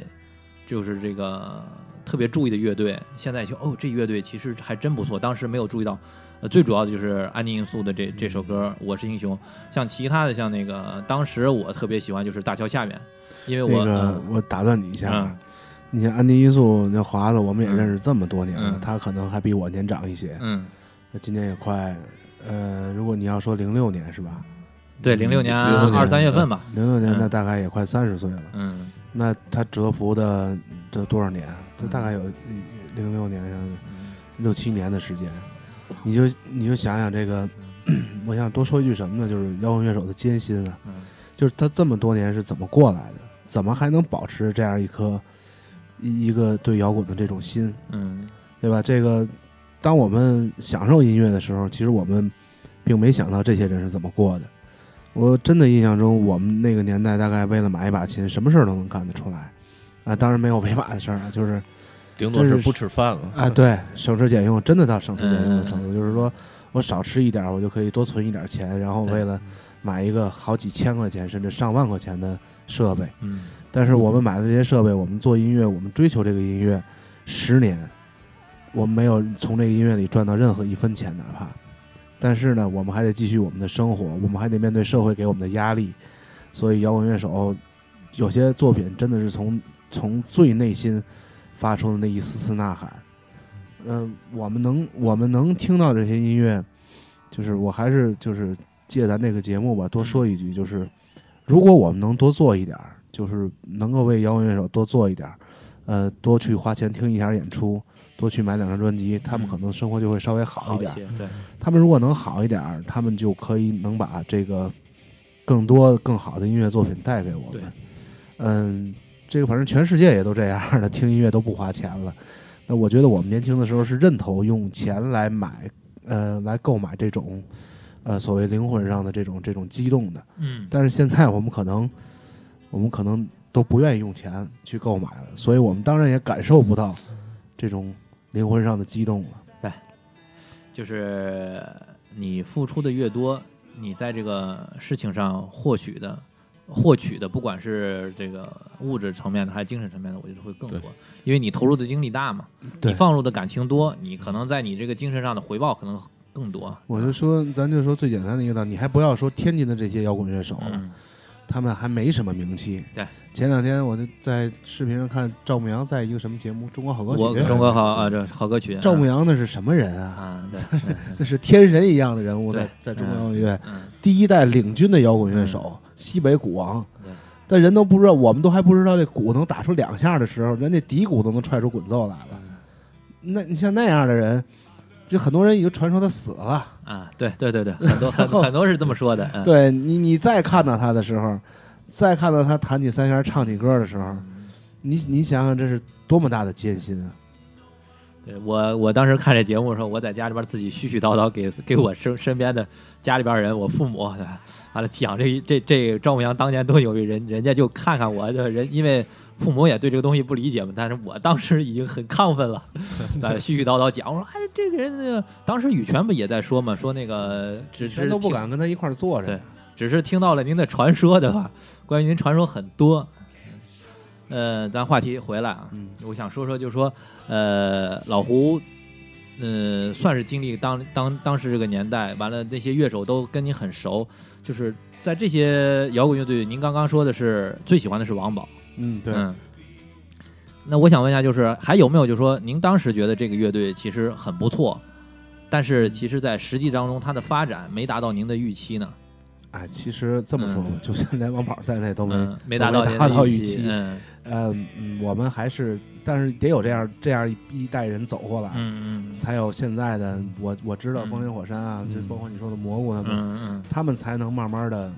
A: 就是这个特别注意的乐队，现在就哦，这乐队其实还真不错，当时没有注意到。呃，最主要的就是安妮因素的这
D: 嗯
A: 这首歌《我是英雄》，像其他的像那个，当时我特别喜欢就是《大桥下面》，因为我
D: 那个
A: 嗯
D: 我打断你一下啊
A: 嗯，
D: 你像安迪因素、那华子，我们也认识这么多年了
A: 嗯，
D: 他可能还比我年长一些，
A: 嗯，
D: 那今年也快，呃，如果你要说零六年是吧？
A: 对，零六年
D: 06年嗯
A: 二三月份吧，
D: 零六年
A: 嗯
D: 那大概也快三十岁了。
A: 嗯，
D: 那他蛰伏的这多少年？这大概有零六年、六七年的时间。
A: 嗯
D: 你就你就想想这个， 我想多说一句什么呢？就是摇滚乐手的艰辛啊
A: 嗯，
D: 就是他这么多年是怎么过来的？怎么还能保持这样一颗一一个对摇滚的这种心，
A: 嗯
D: 对吧？这个，当我们享受音乐的时候，其实我们并没想到这些人是怎么过的。我真的印象中，我们那个年代大概为了买一把琴，什么事儿都能干得出来。啊，当然没有违法的事儿啊，就是
C: 顶多是
D: 这是
C: 不吃饭了。
D: 啊，对，省吃俭用，真的到省吃俭用的程度，就是说我少吃一点儿，我就可以多存一点儿钱，然后为了买一个好几千块钱甚至上万块钱的设备。
A: 嗯
D: 但是我们买的这些设备，我们做音乐，我们追求这个音乐，十年，我们没有从这个音乐里赚到任何一分钱，哪怕。但是呢，我们还得继续我们的生活，我们还得面对社会给我们的压力。所以，摇滚乐手有些作品真的是从从最内心发出的那一丝丝呐喊。嗯、我们能我们能听到这些音乐，就是我还是就是借咱这个节目吧，多说一句，就是如果我们能多做一点儿，就是能够为摇滚乐手多做一点儿，呃，多去花钱听一下演出，多去买两张专辑，他们可能生活就会稍微好一
A: 一
D: 点儿。
A: 些，对，
D: 他们如果能好一点儿，他们就可以能把这个更多更好的音乐作品带给我
A: 对
D: 们。嗯，这个反正全世界也都这样儿了，听音乐都不花钱了。那我觉得我们年轻的时候是认同用钱来买，呃，来购买这种，呃，所谓灵魂上的这种这种激动的。
A: 嗯
D: 但是现在我们可能，我们可能都不愿意用钱去购买了，所以我们当然也感受不到这种灵魂上的激动了。
A: 就是你付出的越多，你在这个事情上获取的获取的，不管是这个物质层面的还是精神层面的，我觉得会更多
C: 对，
A: 因为你投入的精力大嘛，
D: 对
A: 你放入的感情多，你可能在你这个精神上的回报可能更多。
D: 我就说，咱就说最简单的一个道理，你还不要说天津的这些摇滚乐手了，
A: 嗯，
D: 他们还没什么名气。
A: 对，
D: 前两天我就在视频上看赵牧阳在一个什么节目《中国好歌曲
A: 我》，中国好啊，这好歌曲，
D: 赵牧
A: 阳
D: 阳那是什么人啊？
A: 啊，对，嗯
D: 那是天神一样的人物，
A: 对
D: 在在中国摇滚乐
A: 嗯，
D: 第一代领军的摇滚乐手，西北鼓王
A: 对。
D: 但人都不知道，我们都还不知道这鼓能打出两下的时候，人家底鼓都能踹出滚奏来了。
A: 嗯
D: 那你像那样的人，就很多人已经传说他死了。
A: 啊，对对对对，很多 很很多是这么说的，嗯，
D: 对你，你再看到他的时候，再看到他弹起三弦、唱起歌的时候，
A: 嗯
D: 你你想想这是多么大的艰辛啊！
A: 对我，我当时看这节目的时候，我在家里边自己絮絮叨叨给给我身身边的家里边人，我父母 对完了讲这这这赵牧阳当年多牛逼，人人家就看看我，就人因为父母也对这个东西不理解嘛，但是我当时已经很亢奋 了，对，絮絮叨叨讲，我说哎，这个人那个当时羽泉不也在说嘛，说那个只是
D: 全都不
A: 听
D: 敢跟他一块儿坐着
A: 对。只是听到了您的传说，对吧？关于您传说很多。呃，咱话题回来啊，
D: 嗯
A: 我想说说，就说，呃，老胡，呃，算是经历当当当时这个年代，完了那些乐手都跟你很熟，就是在这些摇滚乐队，您刚刚说的是最喜欢的是王宝，
D: 嗯，对，
A: 嗯。那我想问一下，就是还有没有，就是说您当时觉得这个乐队其实很不错，但是其实在实际当中它的发展没达到您的预期呢？
D: 哎，其实这么说吧，
A: 嗯
D: 就算连王宝在内都没，
A: 嗯，没
D: 都
A: 达
D: 没
A: 到
D: 达
A: 您的
D: 到预
A: 预
D: 期
A: 嗯
D: 嗯嗯，我们还是，但是得有这样这样一一代人走过来，
A: 嗯嗯
D: 才有现在的我我知道风林火山啊，
C: 嗯
D: 就包括你说的蘑菇他们，
A: 嗯
D: 他们才能慢慢的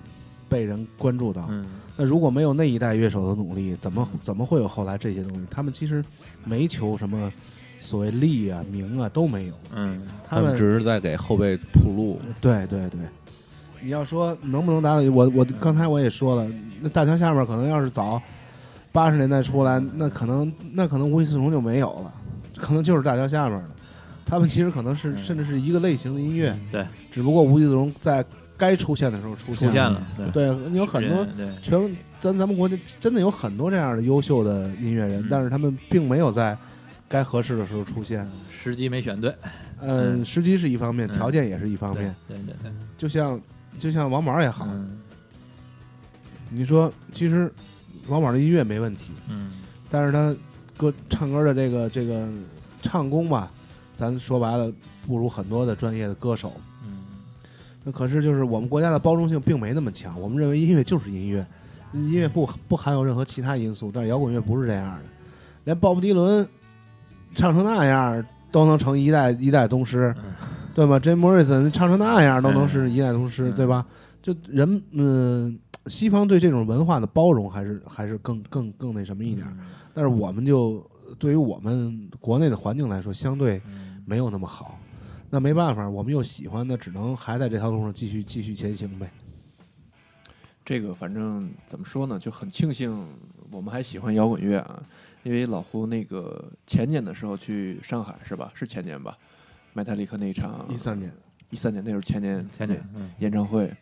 D: 被人关注到。
A: 嗯
D: 那如果没有那一代乐手的努力，怎么怎么会有后来这些东西？他们其实没求什么所谓利啊、名啊都没有，
A: 嗯
D: 他
C: 他
D: 们嗯
C: 们只是在给后辈铺路。
D: 对对对。你要说能不能达到？我我刚才我也说了，那大桥下面可能要是早八十年代出来，那可能那可能无锡四重就没有了，可能就是大桥下面了。他们其实可能是甚至是一个类型的音乐，
A: 对，
D: 只不过无锡四重在该出现的时候出
A: 出
D: 现
A: 现了，对，
D: 对，你有很多
A: 对，
D: 全咱咱们国家真的有很多这样的优秀的音乐人，
A: 嗯
D: 但是他们并没有在该合适的时候出现。
A: 时机没选对，
D: 嗯，
A: 嗯
D: 时机是一方面，
A: 嗯
D: 条件也是一方
A: 对
D: 面。
A: 对对对，
D: 就像就像王宝也好，
A: 嗯
D: 你说其实王宝的音乐没问题，
A: 嗯
D: 但是他歌唱歌的这个这个唱功吧，咱说白了不如很多的专业的歌手。
A: 嗯
D: 那可是就是我们国家的包容性并没那么强，我们认为音乐就是音乐，音乐不不含有任何其他因素。但是摇滚乐不是这样的，连鲍勃迪伦唱成那样都能成一代一代宗师，
A: 嗯
D: 对吧？Jim Morrison 唱成那样都能是一代宗师，
A: 嗯
D: 对吧？就人嗯、西方对这种文化的包容还是还是更更更那什么一点儿，但是我们就对于我们国内的环境来说，相对
A: 嗯
D: 没有那么好。那没办法，我们又喜欢，那只能还在这条路上继续继续前行呗。
B: 这个反正怎么说呢，就很庆幸我们还喜欢摇滚乐啊，因为老胡那个前年的时候去上海是吧？是前年吧？麦泰利克那一场
D: 一三年，
B: 一三年，那是前年
A: 前年嗯
B: 演唱会，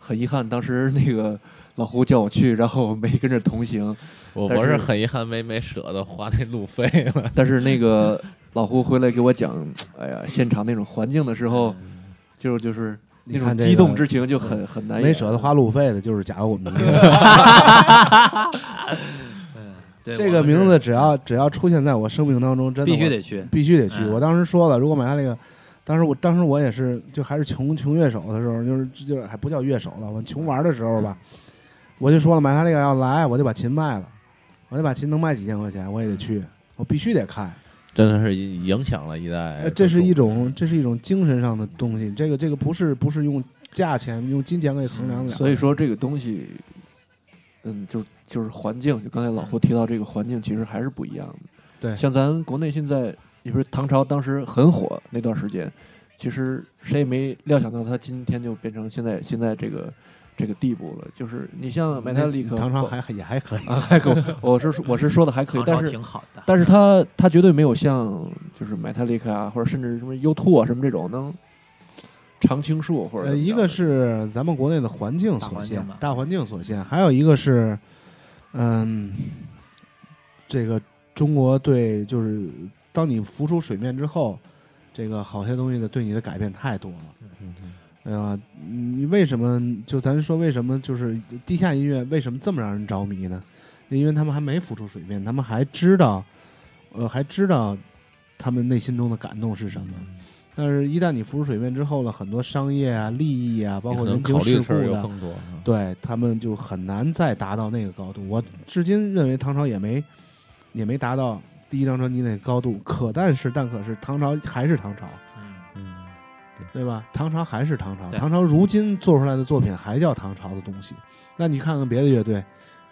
B: 很遗憾，当时那个老胡叫我去，然后我没跟着同行，
C: 我
B: 但
C: 我
B: 是
C: 是很遗憾没没舍得花那路费了。
B: 但是那个 老胡回来给我讲，哎呀，现场那种环境的时候，就就是那
D: 嗯你
B: 种
D: 看这个嗯
B: 激动之情就很很难
D: 没
B: 言
D: 舍得花路费的就是假摇滚迷。
A: 对，
D: 这个名字只要只要出现在我生命当中，真的
A: 必须
D: 我
A: 得去，
D: 必须得去。
A: 嗯
D: 我当时说了，如果买他那个，当时我当时我也是就还是穷穷乐手的时候，就是就是还不叫乐手了，我穷玩的时候吧，
B: 嗯
D: 我就说了买他那个要来，我就把琴卖了，我就把琴能卖几千块钱，我也得
B: 嗯
D: 去，我必须得看。
C: 真的是影响了一代
B: 哎
D: 呃，。这是一
C: 种
D: 种这是一种精神上的东西，这个这个不是不是用价钱用金钱可以衡量的了。
B: 所以说这个东西，嗯，就就是环境，就刚才老胡提到这个环境，其实还是不一样的。
D: 对
B: 像咱国内现在，你说唐朝当时很火那段时间，其实谁也没料想到他今天就变成现在现在这个这个地步了。就是你像麦泰利克，
D: 嗯唐朝还还也还可以，
B: 啊还可，我是我是说的还可以
A: 唐，
B: 但
A: 朝
B: 是
A: 挺好的，
B: 但是他他绝对没有像就是 Metallica 啊，或者甚至什么 U2 啊什么这种能常青树或者
D: 呃，
B: 怎么着
D: 一个是咱们国内的环境
A: 大
D: 所
A: 环
D: 限
A: 境吧，
D: 大环境所限，还有一个是，嗯，这个中国对就是当你浮出水面之后，这个好些东西的对你的改变太多了。
A: 嗯
B: 嗯
D: 哎呀，你为什么就咱说为什么就是地下音乐为什么这么让人着迷呢？因为他们还没浮出水面，他们还知道，呃，还知道他们内心中的感动是什么。但是，一旦你浮出水面之后呢，很多商业啊、利益啊，包
C: 你
D: 括
C: 可
D: 人
C: 能
D: 情
C: 考虑
D: 世
C: 的事
D: 故
C: 儿又
D: 的，
C: 更多。啊
D: 对他们就很难再达到那个高度。我至今认为唐朝也没也没达到第一张专辑那个高度。可但是，但可是唐朝还是唐朝。
C: 嗯
D: 对吧？唐朝还是唐朝，
A: 对
D: 唐朝如今做出来的作品还叫唐朝的东西。那你看看别的乐队，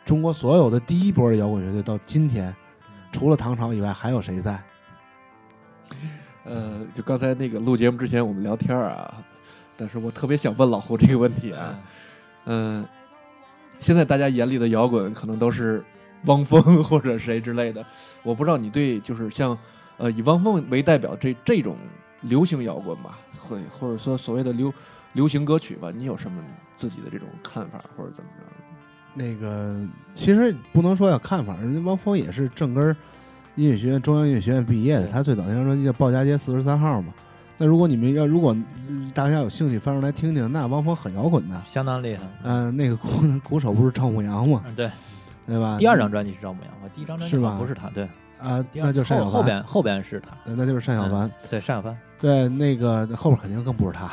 D: 中国所有的第一波的摇滚乐队到今天，除了唐朝以外，还有谁在？
B: 呃，就刚才那个录节目之前我们聊天儿啊，但是我特别想问老胡这个问题啊，嗯、现在大家眼里的摇滚可能都是汪峰或者谁之类的，我不知道你对就是像呃以汪峰为代表这这种流行摇滚吧，或或者说所谓的流流行歌曲吧，你有什么自己的这种看法或者怎么着？
D: 那个其实不能说有看法，人家汪峰也是正根儿音乐学院中央音乐学院毕业的，他最早那张专辑叫《鲍家街四十三号》嘛。那如果你们要如果呃大家有兴趣翻出来听听，那汪峰很摇滚的。
A: 相当厉害。
D: 嗯、那个鼓鼓手不是赵牧阳嘛，
A: 嗯，对，
D: 对吧？
A: 第二张专辑是赵牧阳，我第一张专辑
D: 啊是
A: 好
D: 吧
A: 像不是他，对，
D: 啊、
A: 第二
D: 那就是
A: 后
D: 单小
A: 后
D: 凡，
A: 边嗯后边是他，
D: 呃那就是单小凡。
A: 对，单小凡，
D: 对，那个后边肯定更不是他了。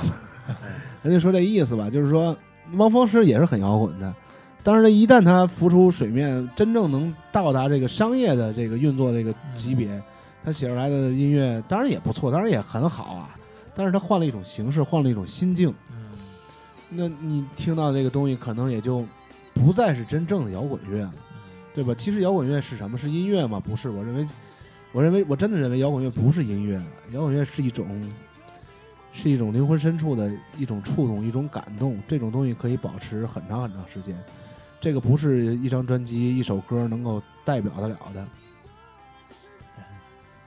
D: 咱就说这意思吧，就是说汪峰是也是很摇滚的，但是呢，一旦他浮出水面，真正能到达这个商业的这个运作这个级别，他写出来的音乐当然也不错，当然也很好啊，但是他换了一种形式，换了一种心境，
A: 嗯，
D: 那你听到这个东西可能也就不再是真正的摇滚乐了。对吧？其实摇滚乐是什么？是音乐吗？不是，我认为，我认为，我真的认为摇滚乐不是音乐，摇滚乐是一种，是一种灵魂深处的一种触动，一种感动。这种东西可以保持很长很长时间，这个不是一张专辑、一首歌能够代表得了的。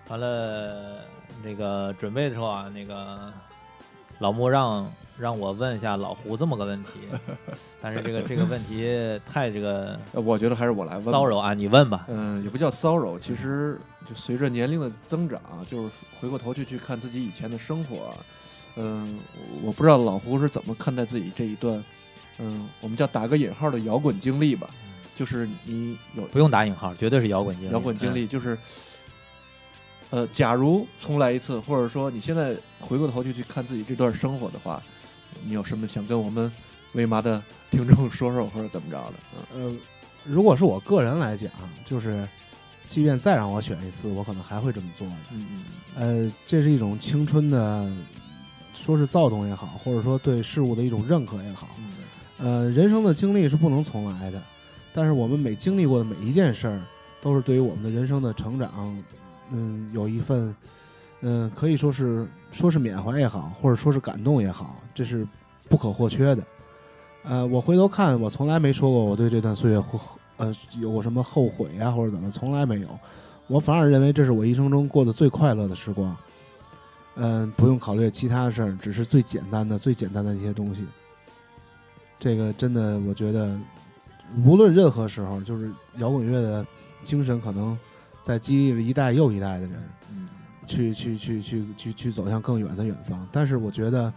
A: 完了，那个准备的时候啊，那个老穆让让我问一下老胡这么个问题，但是这个这个问题太这个
B: 呃，我觉得还是我来问吧
A: 骚扰啊，你问吧。
B: 嗯，也不叫骚扰，其实就随着年龄的增长，啊就是回过头去去看自己以前的生活，嗯，我我不知道老胡是怎么看待自己这一段，嗯，我们叫打个引号的摇滚经历吧，就是你有
A: 不用打引号，绝对是摇滚经历。
B: 摇滚经
A: 嗯，
B: 历，就是，呃，假如重来一次，或者说你现在回过头去去看自己这段生活的话，你有什么想跟我们为嘛的听众说说，或者怎么着的？嗯，
D: 呃，如果是我个人来讲，就是，即便再让我选一次，我可能还会这么做的。
B: 嗯嗯
D: 呃，这是一种青春的，说是躁动也好，或者说对事物的一种认可也好。
B: 嗯
D: 呃，人生的经历是不能重来的，但是我们每经历过的每一件事儿，都是对于我们的人生的成长，嗯，有一份，嗯、可以说是说是缅怀也好，或者说是感动也好，这是不可或缺的。呃，我回头看，我从来没说过我对这段岁月后呃有什么后悔啊，或者怎么，从来没有。我反而认为这是我一生中过得最快乐的时光。嗯、不用考虑其他的事儿，只是最简单的、最简单的一些东西。这个真的，我觉得无论任何时候，就是摇滚乐的精神，可能在激励着一代又一代的人，
B: 嗯
D: 去去去去去去走向更远的远方。但是我觉得，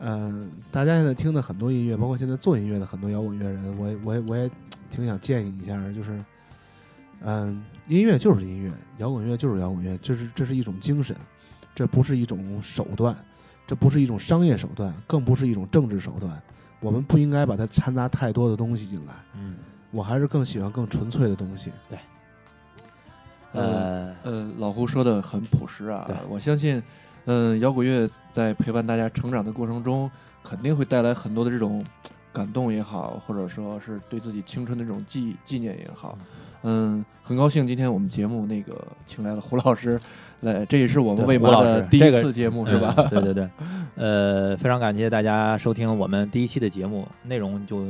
D: 嗯，大家现在听的很多音乐，包括现在做音乐的很多摇滚乐人，我也我也我也挺想建议一下，就是，嗯，音乐就是音乐，摇滚乐就是摇滚乐，这是这是一种精神，这不是一种手段，这不是一种商业手段，更不是一种政治手段。我们不应该把它掺杂太多的东西进来，
A: 嗯，
D: 我还是更喜欢更纯粹的东西。
A: 呃，
B: 呃，老胡说的很朴实啊
A: 对，
B: 我相信，嗯、摇滚乐在陪伴大家成长的过程中，肯定会带来很多的这种感动也好，或者说是对自己青春的这种纪纪念也好。嗯，很高兴今天我们节目那个请来了胡老师，来，这也是我们
A: 对
B: 为
A: 胡
B: 嘛
A: 老
B: 的
A: 师
B: 第
A: 这
B: 一
A: 个
B: 次节目、是吧？
A: 嗯 对对对，呃，非常感谢大家收听我们第一期的节目，内容就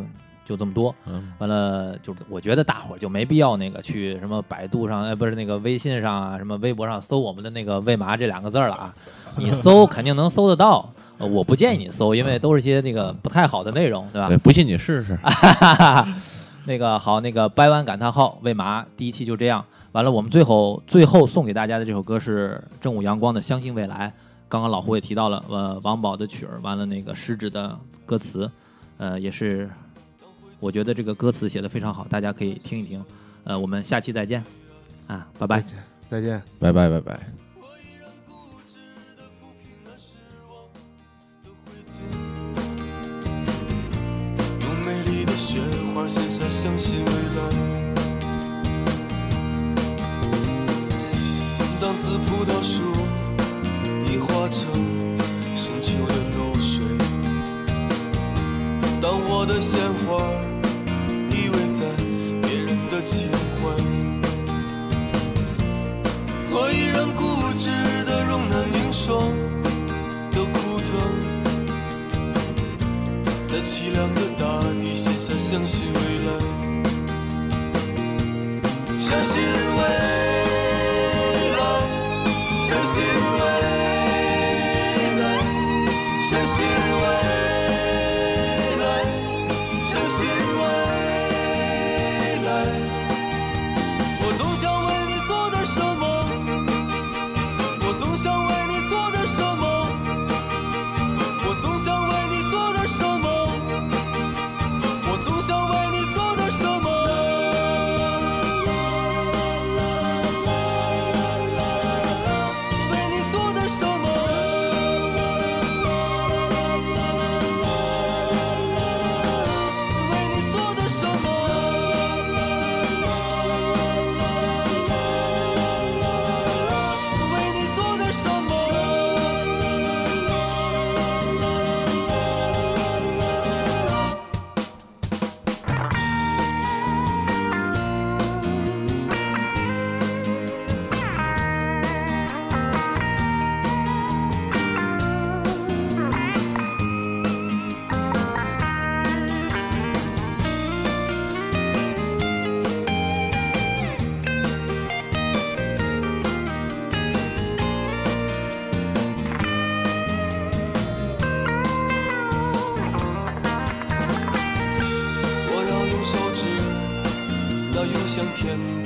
A: 就这么多。
C: 嗯，
A: 完了，就是我觉得大伙儿就没必要那个去什么百度上，呃，不是那个微 信上啊，什么微博上搜我们的那个“为嘛”这两个字儿了啊，你搜肯定能搜得到。呃我不建议你搜，因为都是些那个不太好的内容，对吧
C: 对，？不信你试试。
A: 那个好，那个掰弯感叹号为嘛？第一期就这样完了。我们最后最后送给大家的这首歌是正午阳光的《相信未来》。刚刚老胡也提到了，呃，王宝的曲儿，完了那个食指的歌词，呃，也是我觉得这个歌词写的非常好，大家可以听一听。呃，我们下期再见啊，拜拜。
D: 再见。
C: 拜拜拜拜。
E: 用美丽的雪花写下相信未来。当紫葡萄树已化成深秋的露水，当我的鲜花依偎在别人的情怀，我依然固执的容纳凝霜的枯藤。在凄凉的大地写下相信未来，相信未来，相信未来，相信未来，相信未来。我总想为你做点什么，我总想为你做点什么。我总想为你做点什么，我总想为你做点什么。为你做点什么，为你做点什么，为你做点什么。我要用手指，那涌向天